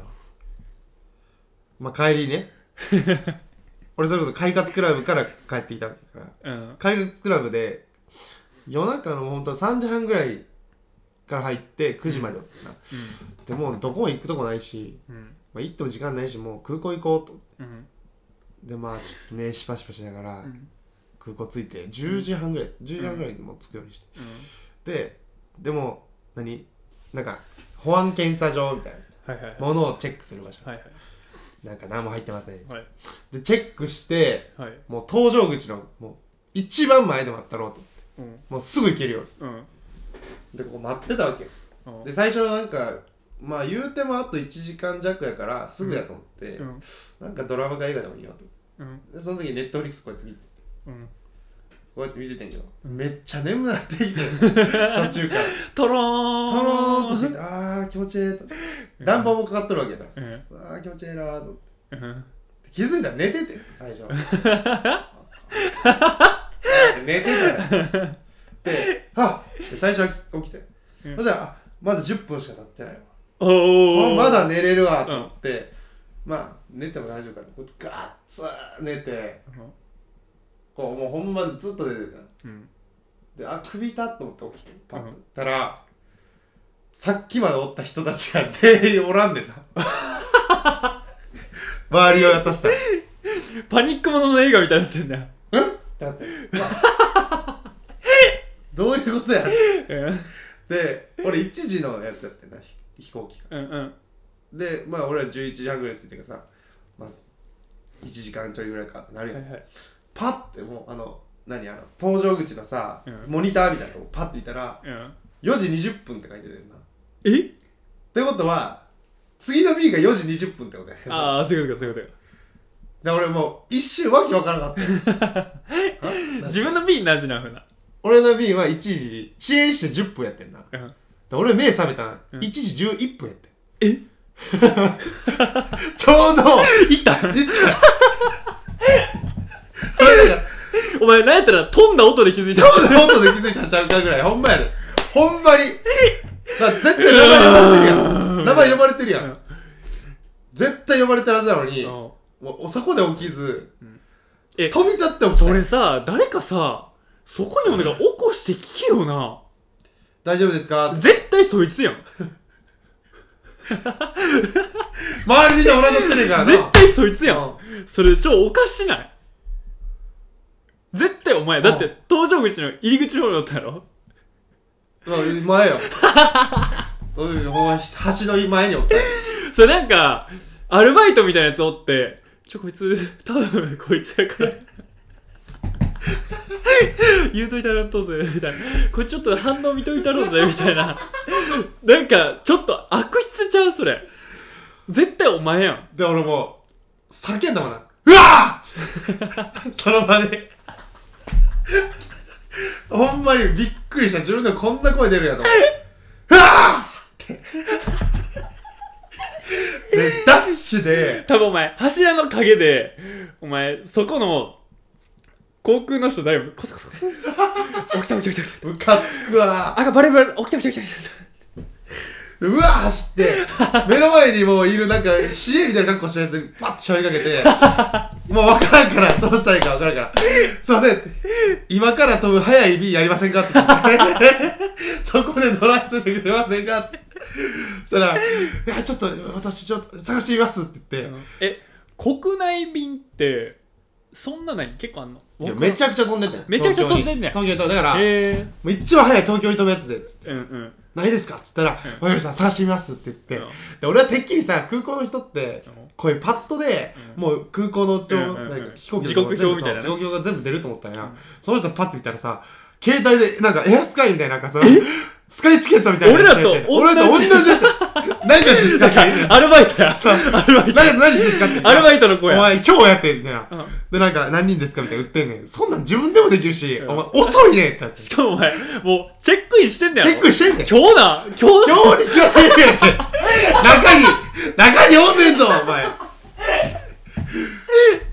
B: まあ帰 りね俺それこそ快活クラブから帰ってきたわけだから
A: うん
B: 海月クラブで夜中の本当3時半ぐらいから入って9時までだったな、でもうどこも行くとこないし、
A: うん
B: まあ、行っても時間ないしもう空港行こうと
A: うん
B: でまあちょっと名刺パシパシしながら
A: ん
B: 空港着いて10時半ぐらい、10時半ぐらいにもう着くようにして、ででも何なんか保安検査場みたいな
A: はいはいはい
B: ものをチェックする場所
A: はいはい
B: なんか何も入ってません
A: はい
B: でチェックして
A: はい
B: もう搭乗口のもう一番前で待ったろうと
A: うん
B: もうすぐ行けるように
A: うん
B: でここ待ってたわけよ
A: うん
B: で最初なんかまあ言うてもあと1時間弱やからすぐやと思って、
A: うん
B: なんかドラマか映画でもいいよ
A: うん
B: とでその時ネットフリックスこうやって見て
A: うん
B: こうやって見ててんけどめっちゃ眠くなって きて途中から
A: とろ
B: と
A: ーん
B: ろーっとしてあー気持ちええと暖房もかかっとるわけやからさ、
A: うん
B: あー気持ちええなーと思
A: うん
B: って気づいたら寝てて 最初寝てたよであっ最初は起きて、
A: うん
B: そしたらあまだ10分しか経ってないわ
A: お
B: あ
A: お
B: まだ寝れるわと思って、まあ寝ても大丈夫かとこうガッツー寝てこうもうほんまずっと出てた
A: うん
B: であ首痛っと思って起きてパッと行ったら、さっきまでおった人たちが全員おらんでんな周りを渡したら
A: パニックものの映画みたいになってんだよ
B: だって、うわどういうことやで俺1時のやつやってんなひ飛行機が
A: うんうん
B: でまあ俺は11時半ぐらいに着いてからさまあ1時間ちょいぐらいかってなる
A: うん
B: や
A: は
B: ん
A: いはい
B: パッてもうあの何あの搭乗口のさ、
A: うん
B: モニターみたいなとこパッて見たら
A: うん
B: 4時20分って書いててんなっ
A: え
B: てことは次の便が4時20分ってことやねんな
A: ああそういうことかそういうことか
B: で俺もう一瞬わけわからなかったよ あなんか
A: 自分の B になじなふうな
B: 俺の便は1時遅延して10分やってんな
A: うん
B: で俺目覚めたん、
A: うん
B: 1時11分やってん
A: え
B: ちょうど
A: いった
B: いった 俺ら
A: お前なんやったら飛んだ音で気づいた
B: ちょっと音で気づいたんちゃうかぐらいほんまやでほんまにだから絶対名前呼ばれてる
A: う
B: や
A: ん
B: ん名前呼ばれてるや
A: うん
B: ん絶対呼ばれてるはずなのにも
A: うん
B: うおそこで起きず
A: え
B: 飛び立って起きた
A: それさ誰かさそこにお願い起こして聞けよな
B: 大丈夫ですか
A: 絶対そいつやん
B: 周りみんなおらんなってねえからな
A: 絶対そいつや
B: うん
A: んそれ超おかしない絶対お前だって
B: うん
A: 搭乗口の入り口の方におったやろ
B: まあ前よ そういうほんま橋の前におったよ
A: それなんかアルバイトみたいなやつおってちょこいつ多分こいつやから 言うといたらんとぜみたいなこれちょっと反応見といたろうぜみたいななんかちょっと悪質ちゃうそれ絶対お前やん
B: で、俺もう、叫んだもんな。うわーっつって。 その場で。ほんまにびっくりした。自分でこんな声出るやと思って。うわーって。で、ダッシュで、
A: 多分お前柱の陰でお前そこの航空の人誰もコソコ ソコソ起きた起きた起きた起き
B: ムカつくわ
A: たあバレバレ起きた起きた起きた起き
B: でうわー走って、目の前にもういるなんか、知恵みたいな格好したやつにパッて喋りかけ て、もう分からんから、どうしたらいいか分からんから、すいませんって、今から飛ぶ速い便やりませんかって 言って、そこで乗らせてくれませんかって。そしたら、いや、ちょっと、私ちょっと探してみますって言
A: た
B: っ
A: え国内便ってそんなない結構あんの
B: て、いや、めちゃくちゃ飛んでんねん。
A: めちゃくちゃ飛んでんねん
B: 東京に東京にだから、も
A: へ
B: う一番早い東京に飛ぶやつで、つって
A: えうんうん
B: ないですかっつったら、わかりました、探してみますって言って、
A: うん
B: で俺はてっきりさ、空港の人って
A: うん、
B: こういうパッドで、
A: うん
B: もう空港のちょ、
A: うんうんうん
B: なんか飛行機
A: 時
B: の
A: 刻表みたいなね
B: 全部そう時刻表が全部出ると思ったらや、その人パッと見たらさ、携帯で、なんかエアスカイみたいな、なんかその、スカイチケットみたいなのしてて
A: 俺らと同じ
B: 俺らと同じ やつ。何やつですかって。何
A: アルバイトやアルバイト
B: やつ何ですかって。
A: アルバイトの子
B: お
A: や
B: 前今日やってみたいな
A: うん。
B: で、なんか何人ですかみたいな言ってんねん。そんなん自分でもできるし、
A: うん
B: お前遅いねんってなって。
A: しかもお前もうチェックインしてんねや
B: チ
A: ろ
B: ェックしてんねん。
A: 今日な今日な
B: 今日に今日にやって中に中におんねんぞお前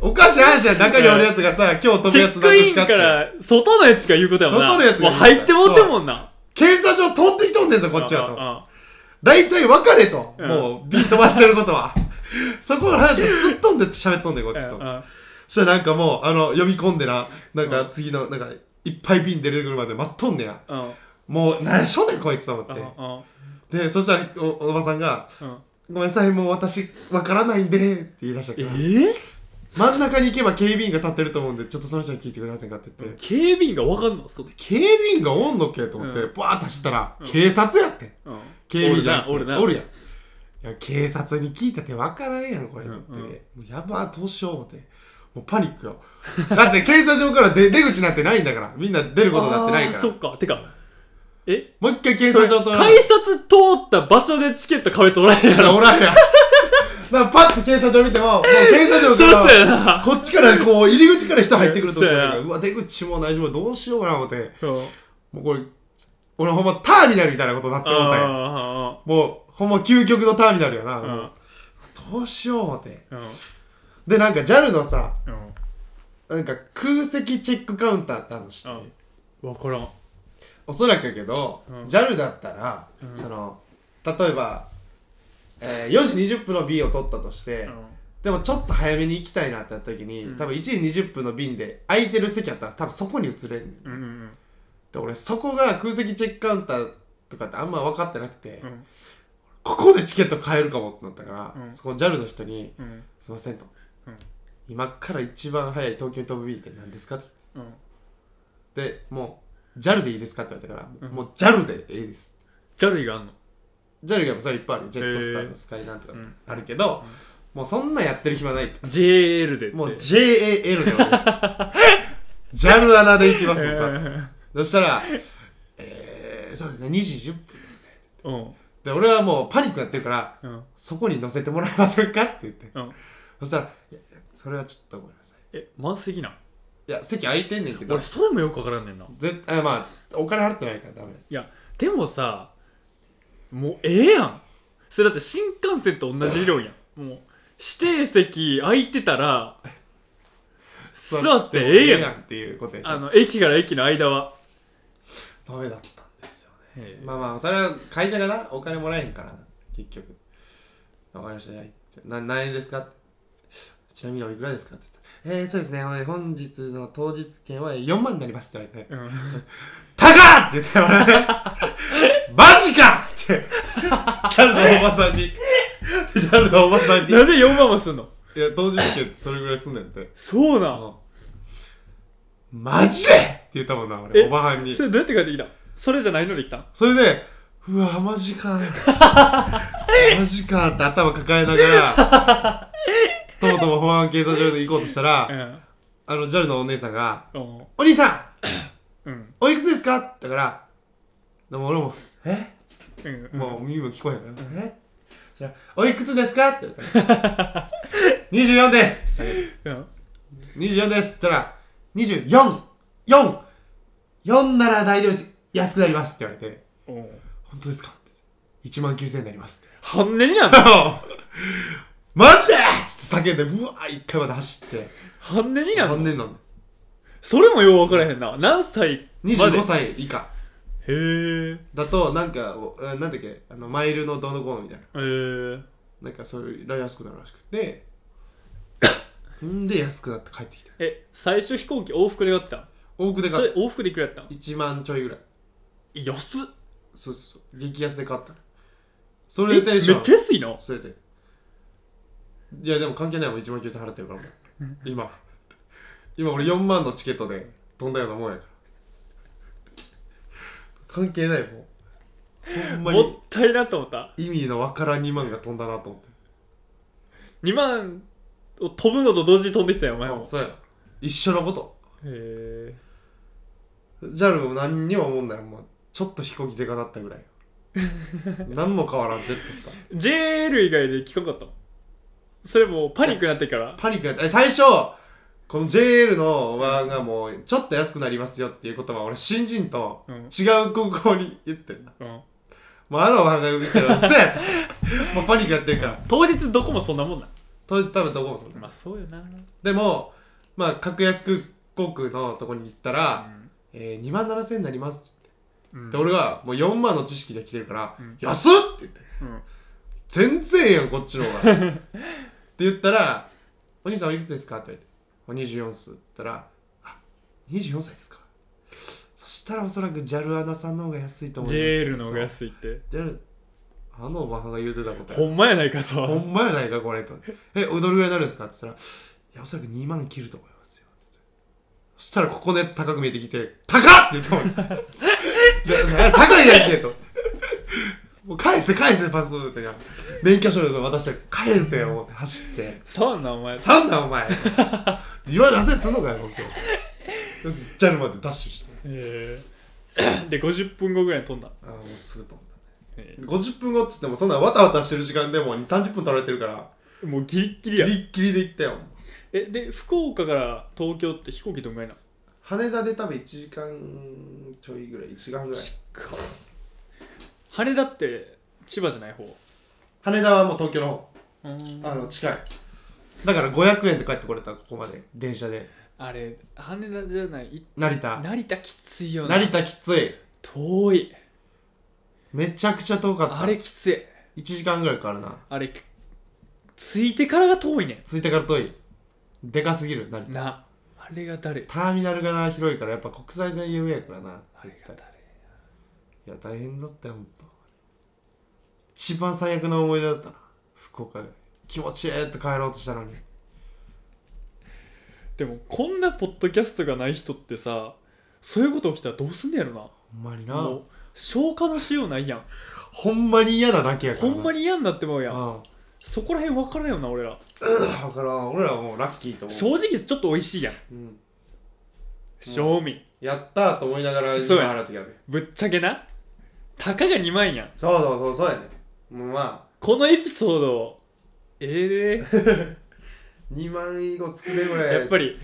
B: おかしい話や中におるやつがさ今日飛ぶ
A: チ
B: や
A: ェ
B: つ
A: ッ
B: な
A: ク
B: ん
A: イン
B: ですかっ
A: か
B: て
A: ら外のやつが言うことやもんな
B: 外のやつが言う
A: もう
B: ことや
A: 入ってもってんもんな
B: 検査所通ってきとんねんぞこっちは
A: うん
B: と
A: うん
B: 大体分かれと
A: うん
B: もうビー飛ばしてることはそこの話はすっ飛んで喋っとんねんこっちと
A: うんうん
B: そしたらなんかもうあの読み込んでななんか次のなんかいっぱい瓶出てくるまで待っとんねや
A: うん
B: もう何しょんねんこいつと思
A: うん
B: ってでそしたらおおばさんが
A: うん
B: ごめんなさい、もう私、わからないんで、って言い出した
A: え
B: から、
A: ー
B: 真ん中に行けば警備員が立ってると思うんで、ちょっとその人に聞いてくれませんかって言って、
A: 警備員がわかんのそう
B: 警備員がおんのっけと思って、
A: うん
B: バーッと走ったら、
A: うん
B: 警察やってん。
A: うん
B: 警備員じゃなくて
A: おるな
B: お
A: お
B: る
A: る
B: やん。いや、警察に聞いたってわからんやん、これ、と思って。
A: うんうん
B: もうやばー、どうしよう、思って。もうパニックよ。 だって警察署から出出口なんてないんだから、みんな出ること
A: な
B: なんてないか
A: そ
B: ら。
A: っかてかえ
B: もう一回警
A: それ
B: 察署と。
A: 改札通った場所でチケット買うやつおらへんや
B: いや
A: ろ
B: おらん やん。だからパッと警察署見ても、もう警察 署
A: そ
B: か
A: う
B: ら
A: そう、やな
B: こっちからこう入り口から人入ってくるとき
A: そうや
B: うわ出口も内緒もどうしようかな思って
A: そう
B: もうこれ俺ほんまターミナルみたいなことになってもうたんや
A: あ
B: もうほんま究極のターミナルやな、
A: ー
B: もう
A: あ
B: どうしよう思って
A: ーうんうん
B: でなんか JAL のさ
A: うん
B: なんか空席チェックカウンターってあるのして
A: うんわからん
B: おそらくやけど、
A: うん
B: JAL だったら、その例えば、えー4時20分の B を取ったとして、
A: うん
B: でもちょっと早めに行きたいなってなった時に、
A: うん
B: 多分1時20分の便で空いてる席あったら多分そこに移れるねん
A: うんうん
B: で俺そこが空席チェックカウンターとかってあんま分かってなくて、
A: うんうん
B: ここでチケット買えるかもってなったから、
A: うん
B: そこの JAL の人に
A: うん
B: 「すいません」と「
A: うん
B: 今から一番早い東京に飛ぶ便って何ですか?」と
A: うん
B: でもう JAL でいいですか?」って言われたから「
A: うん
B: もう JAL でいいです」
A: ジャルイがあんの
B: JAL がそれいっぱいあるジェットスターのスカイなんとか
A: うん
B: あるけど、もうそんなんやってる暇ないって
A: JL でって
B: もう JAL でお願 いします JAL 穴で行きます僕は、そしたら「えー、そうですね2時10分ですね
A: うん」
B: で俺はもうパニックになってるから
A: うん
B: そこに乗せてもらえませんかって言って、
A: うん
B: そしたら「いやいやそれはちょっとごめんなさい
A: え満席なん」
B: いや席空いてんねんけど
A: 俺それもよくわからんねんな
B: 絶対まあお金払ってないからダメ
A: いやでもさもうええやんそれだって新幹線と同じ理論やんもう指定席空いてたら座ってええやん
B: んっていうことでし
A: あ
B: ょ
A: の駅から駅の間は、
B: ダメだったんですよね
A: ええ
B: まあまあそれは会社がなお金もらえへんからな結局わかりましたじゃあな何円ですかちなみにおいくらですかって言ったらえー、そうですねほんで本日の当日券は4万になりますって言われて
A: うん
B: 高っって言ったよ俺ね マジかってキャルのおばさんにキャルのおばさんにい
A: なんで4万もすんの
B: や当時券ってそれぐらいすんねんって
A: そうな
B: あ
A: ん
B: のマジでって言ったもんな俺
A: え
B: おばはんに
A: それどうやって帰ってきたんそれじゃないので来たん
B: それでうわマジ かマジかって頭抱えながらともとも保安警察署で行こうとしたらあの JAL のお姉さんが
A: うんうん
B: 「お兄さん
A: うん
B: おいくつですか?」って言ったからでも俺も「え
A: うんうん
B: もう耳も聞こえへんから、えそれおいくつですか?」って言うから「24です」
A: うん
B: 24です」って言ったら「24!4! 4なら大丈夫です安くなります」って言われて
A: うん
B: 「本当ですか?」って1万9000円になります」って
A: 半値になんの
B: 「マジで!」っつって叫んでうわー一回まで走って
A: 半値にな
B: 何
A: んの
B: 年なの
A: それもよう分からへんな何歳まで
B: 25歳以下
A: へえ
B: だとなんかおえなんだっけあのマイルのどうのこうのみたいな
A: えー、
B: なんかそれら安くなるらしく てんで安くなって帰ってきた
A: え最初飛行機往復で買ってたん
B: 多くで
A: そ
B: 買
A: れ
B: っ
A: 往復でいくらやったん
B: た1万ちょいぐらい
A: 安っ
B: そうそうそう激安で買ったそ
A: え
B: れで
A: めっ
B: テンシ
A: ち
B: ョ
A: ゃ
B: ン
A: 安いな
B: それでいやでも関係ないもん1万9000払ってるからもう 今今俺4万のチケットで飛んだようなもんやから関係ないもうほんま
A: もっ
B: に
A: たいなと思った
B: 意味のわからん2万が飛んだなと思って
A: 2万を飛ぶのと同時に飛んできたよお前
B: あ
A: も
B: そうや一緒のこと
A: へ
B: JAL も何にも思んないもうちょっと飛行機でかなった ぐらい何も変わらんジェットスター
A: え JL 以外で聞かんかったのそれもうパニックになってから
B: パニックやったえ最初この JL のおばあがもうちょっと安くなりますよっていう言葉を俺新人と
A: うん
B: 違う高校に言ってんな
A: うん
B: もうあのおばあが言ったら嘘やったもうパニックやってるから
A: 当日どこもそんなもんな
B: と多分どこもそう
A: まあそうよな
B: でもまあ格安航空のとこに行ったら、
A: う
B: えー、2万7000円になります
A: ん
B: で俺はもう4万の知識で来てるから、
A: うん
B: 安っって言って
A: うん
B: 全然ええやんこっちの方がって言ったら「お兄さんおいくつですか?」って言われて「24っす」って言ったら「あ24歳ですか」そしたらおそらく JAL アナさんの方が安いと思います
A: JL の方が
B: い
A: 安いって
B: ジャルあのおばはんが言うてたことや
A: ほんまやないかと
B: ほんまやないかこれと「えおどれぐらいになるんですか?」って言ったら「いやおそらく2万切ると思いますよ」そしたらここのやつ高く見えてきて「高っ!」って言ったもんなな高いやんけともう返せ返せパスポートや免許証とか渡したら返せよ思って走って
A: そうなんお前
B: 「サンダお前言わ出せすんのかよ僕」ジャルまでダッシュして
A: えーで50分後ぐらいに飛んだ
B: ああもうすぐ飛んだね
A: え
B: 50分後っつってもそんなわたわたしてる時間でもう2 30分取られてるから
A: ーもうギリッギリ
B: ギ
A: や
B: リッギリで行ったよ
A: えで福岡から東京って飛行機どんぐらいな
B: 羽田で多分1時間ちょいぐらい1時間半ぐらい
A: 羽田って千葉じゃない方
B: 羽田はもう東京の
A: うん
B: 方あの近いだから500円で帰ってこれたここまで電車で
A: あれ羽田じゃないい
B: 成田
A: 成田きついよな
B: 成田きつい
A: 遠い
B: めちゃくちゃ遠かった
A: あれきつい
B: 1時間ぐらいかかるな
A: あれきついてからが遠いね
B: 着いてから遠いでかすぎる成
A: ん
B: 田
A: なあれが誰
B: ターミナルがな広いからやっぱ国際線有名やからな
A: あれが誰
B: いや大変だったよほんと一番最悪な思い出だったな福岡で気持ちええって帰ろうとしたのに
A: でもこんなポッドキャストがない人ってさそういうこと起きたらどうすんねやろな
B: ほんまに
A: も
B: な
A: う消化のしようないやん
B: ほんまに嫌なだけやから
A: ほ
B: なん
A: まに嫌になってもう
B: う
A: やん
B: ん
A: そこら辺分からんよな俺ら
B: だから俺らはもうラッキーと思う、
A: 正直ちょっと美味しいやん
B: うん、
A: 賞味
B: やったーと思いながら
A: そうや
B: 払う時ある
A: ぶっちゃけなたかが2万円やん
B: そうそうそうそうやねもうま
A: このエピソードええ
B: あ2万以後作れぐらい
A: やっぱり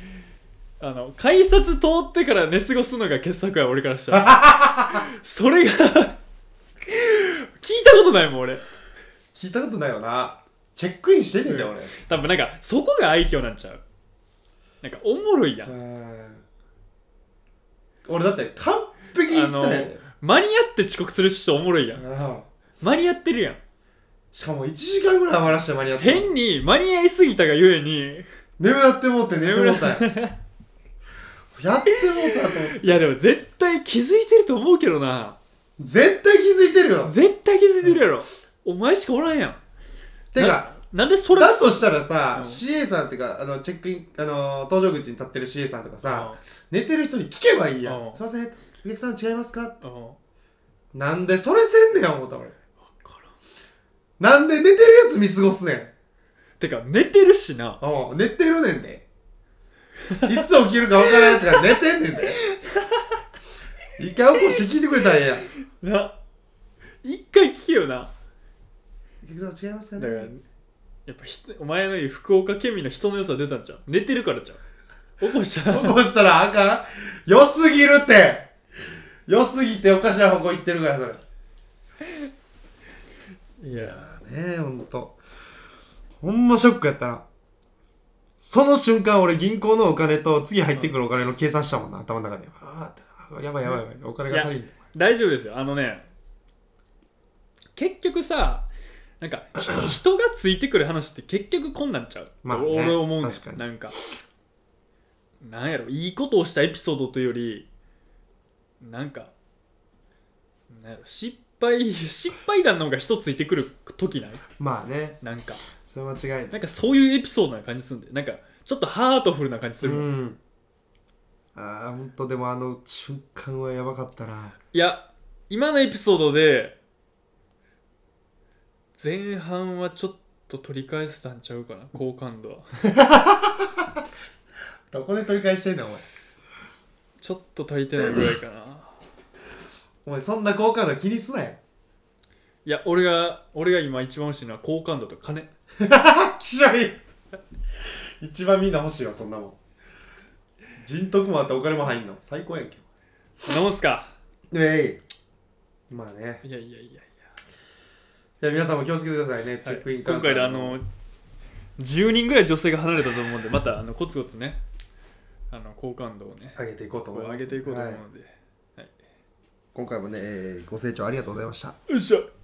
A: あの改札通ってから寝過ごすのが傑作や俺からしたらそれが聞いたことないもん俺
B: 聞いたことないよなチェックインしてんねんだよ俺
A: 多分なんかそこが愛嬌なんちゃうなんかおもろいやん、
B: うん俺だって完璧に来たやで
A: 間に合って遅刻する人おもろいやん
B: うん
A: 間に合ってるやん
B: しかも1時間ぐらい余らして間に合った
A: 変に間に合いすぎたがゆえに
B: 眠なってもうて寝てもうたんややってもうたと思って
A: いやでも絶対気づいてると思うけどな
B: 絶対気づいてるよ
A: 絶対気づいてるやろお前しかおらんやん
B: てか
A: なんでそれ
B: だとしたらさ、
A: うん
B: CA さんっていうかあのチェックインあの搭乗口に立ってる CA さんとかさ、
A: あ
B: 寝てる人に聞けばいいやん、
A: うん
B: すいませんお客さん違いますか
A: あ分
B: なんでそれせんねん思った俺
A: からん
B: なんで寝てるやつ見過ごすねん
A: てか寝てるしな
B: おう寝てるねん で。いつ起きるか分からんやつが寝てんねんで。一回起こして聞いてくれたらええやん。
A: な一回聞けよな
B: お客様違いますか
A: だ
B: ね
A: からやっぱひお前のように福岡県民の人の良さ出たんちゃう寝てるからちゃう起こしたら
B: 起こしたらあかん良すぎるって良すぎておかしな方向行ってるから、それ。
A: いや
B: ねえ、ほんと。ほんまショックやったな。その瞬間俺銀行のお金と次入ってくるお金の計算したもんな、頭の中で。あーってやばいやばいやばい、お金が足りん。
A: 大丈夫ですよあのね結局さなんかひ人がついてくる話って結局こんなんちゃう、
B: まあね
A: 俺思うねん
B: 確かに
A: なんかなんやろいいことをしたエピソードというよりなんかなんやろ失敗失敗談の方が人ついてくる時ない
B: まあね、
A: なんか
B: それは間違いない。
A: なんかそういうエピソードな感じするんでなんかちょっとハートフルな感じするもん、
B: うん、ああ本当でもあの瞬間はやばかったない
A: や今のエピソードで前半はちょっと取り返せたんちゃうかな好感度は
B: どこで取り返してんねんお前
A: ちょっと足りてないぐらいかな
B: お前そんな好感度気にすなよ
A: いや俺が俺が今一番欲しいのは好感度と金
B: きしょい一番みんな欲しいわそんなもん人徳もあってお金も入んの最高やんけ
A: そんなもんすか
B: えいまあね
A: いやいやいや
B: いや皆さんも気をつけてくださいね、チェックインカウ
A: 今
B: ンタ
A: 回
B: ー
A: であの10人ぐらい女性が離れたと思うんでまたあのコツコツねあの好感度をね
B: 上げていこうと
A: こ
B: 思
A: う
B: います
A: 上げていこうと思う
B: はい
A: ので、
B: 今回もね、えーご清聴ありがとうございました
A: よいしょ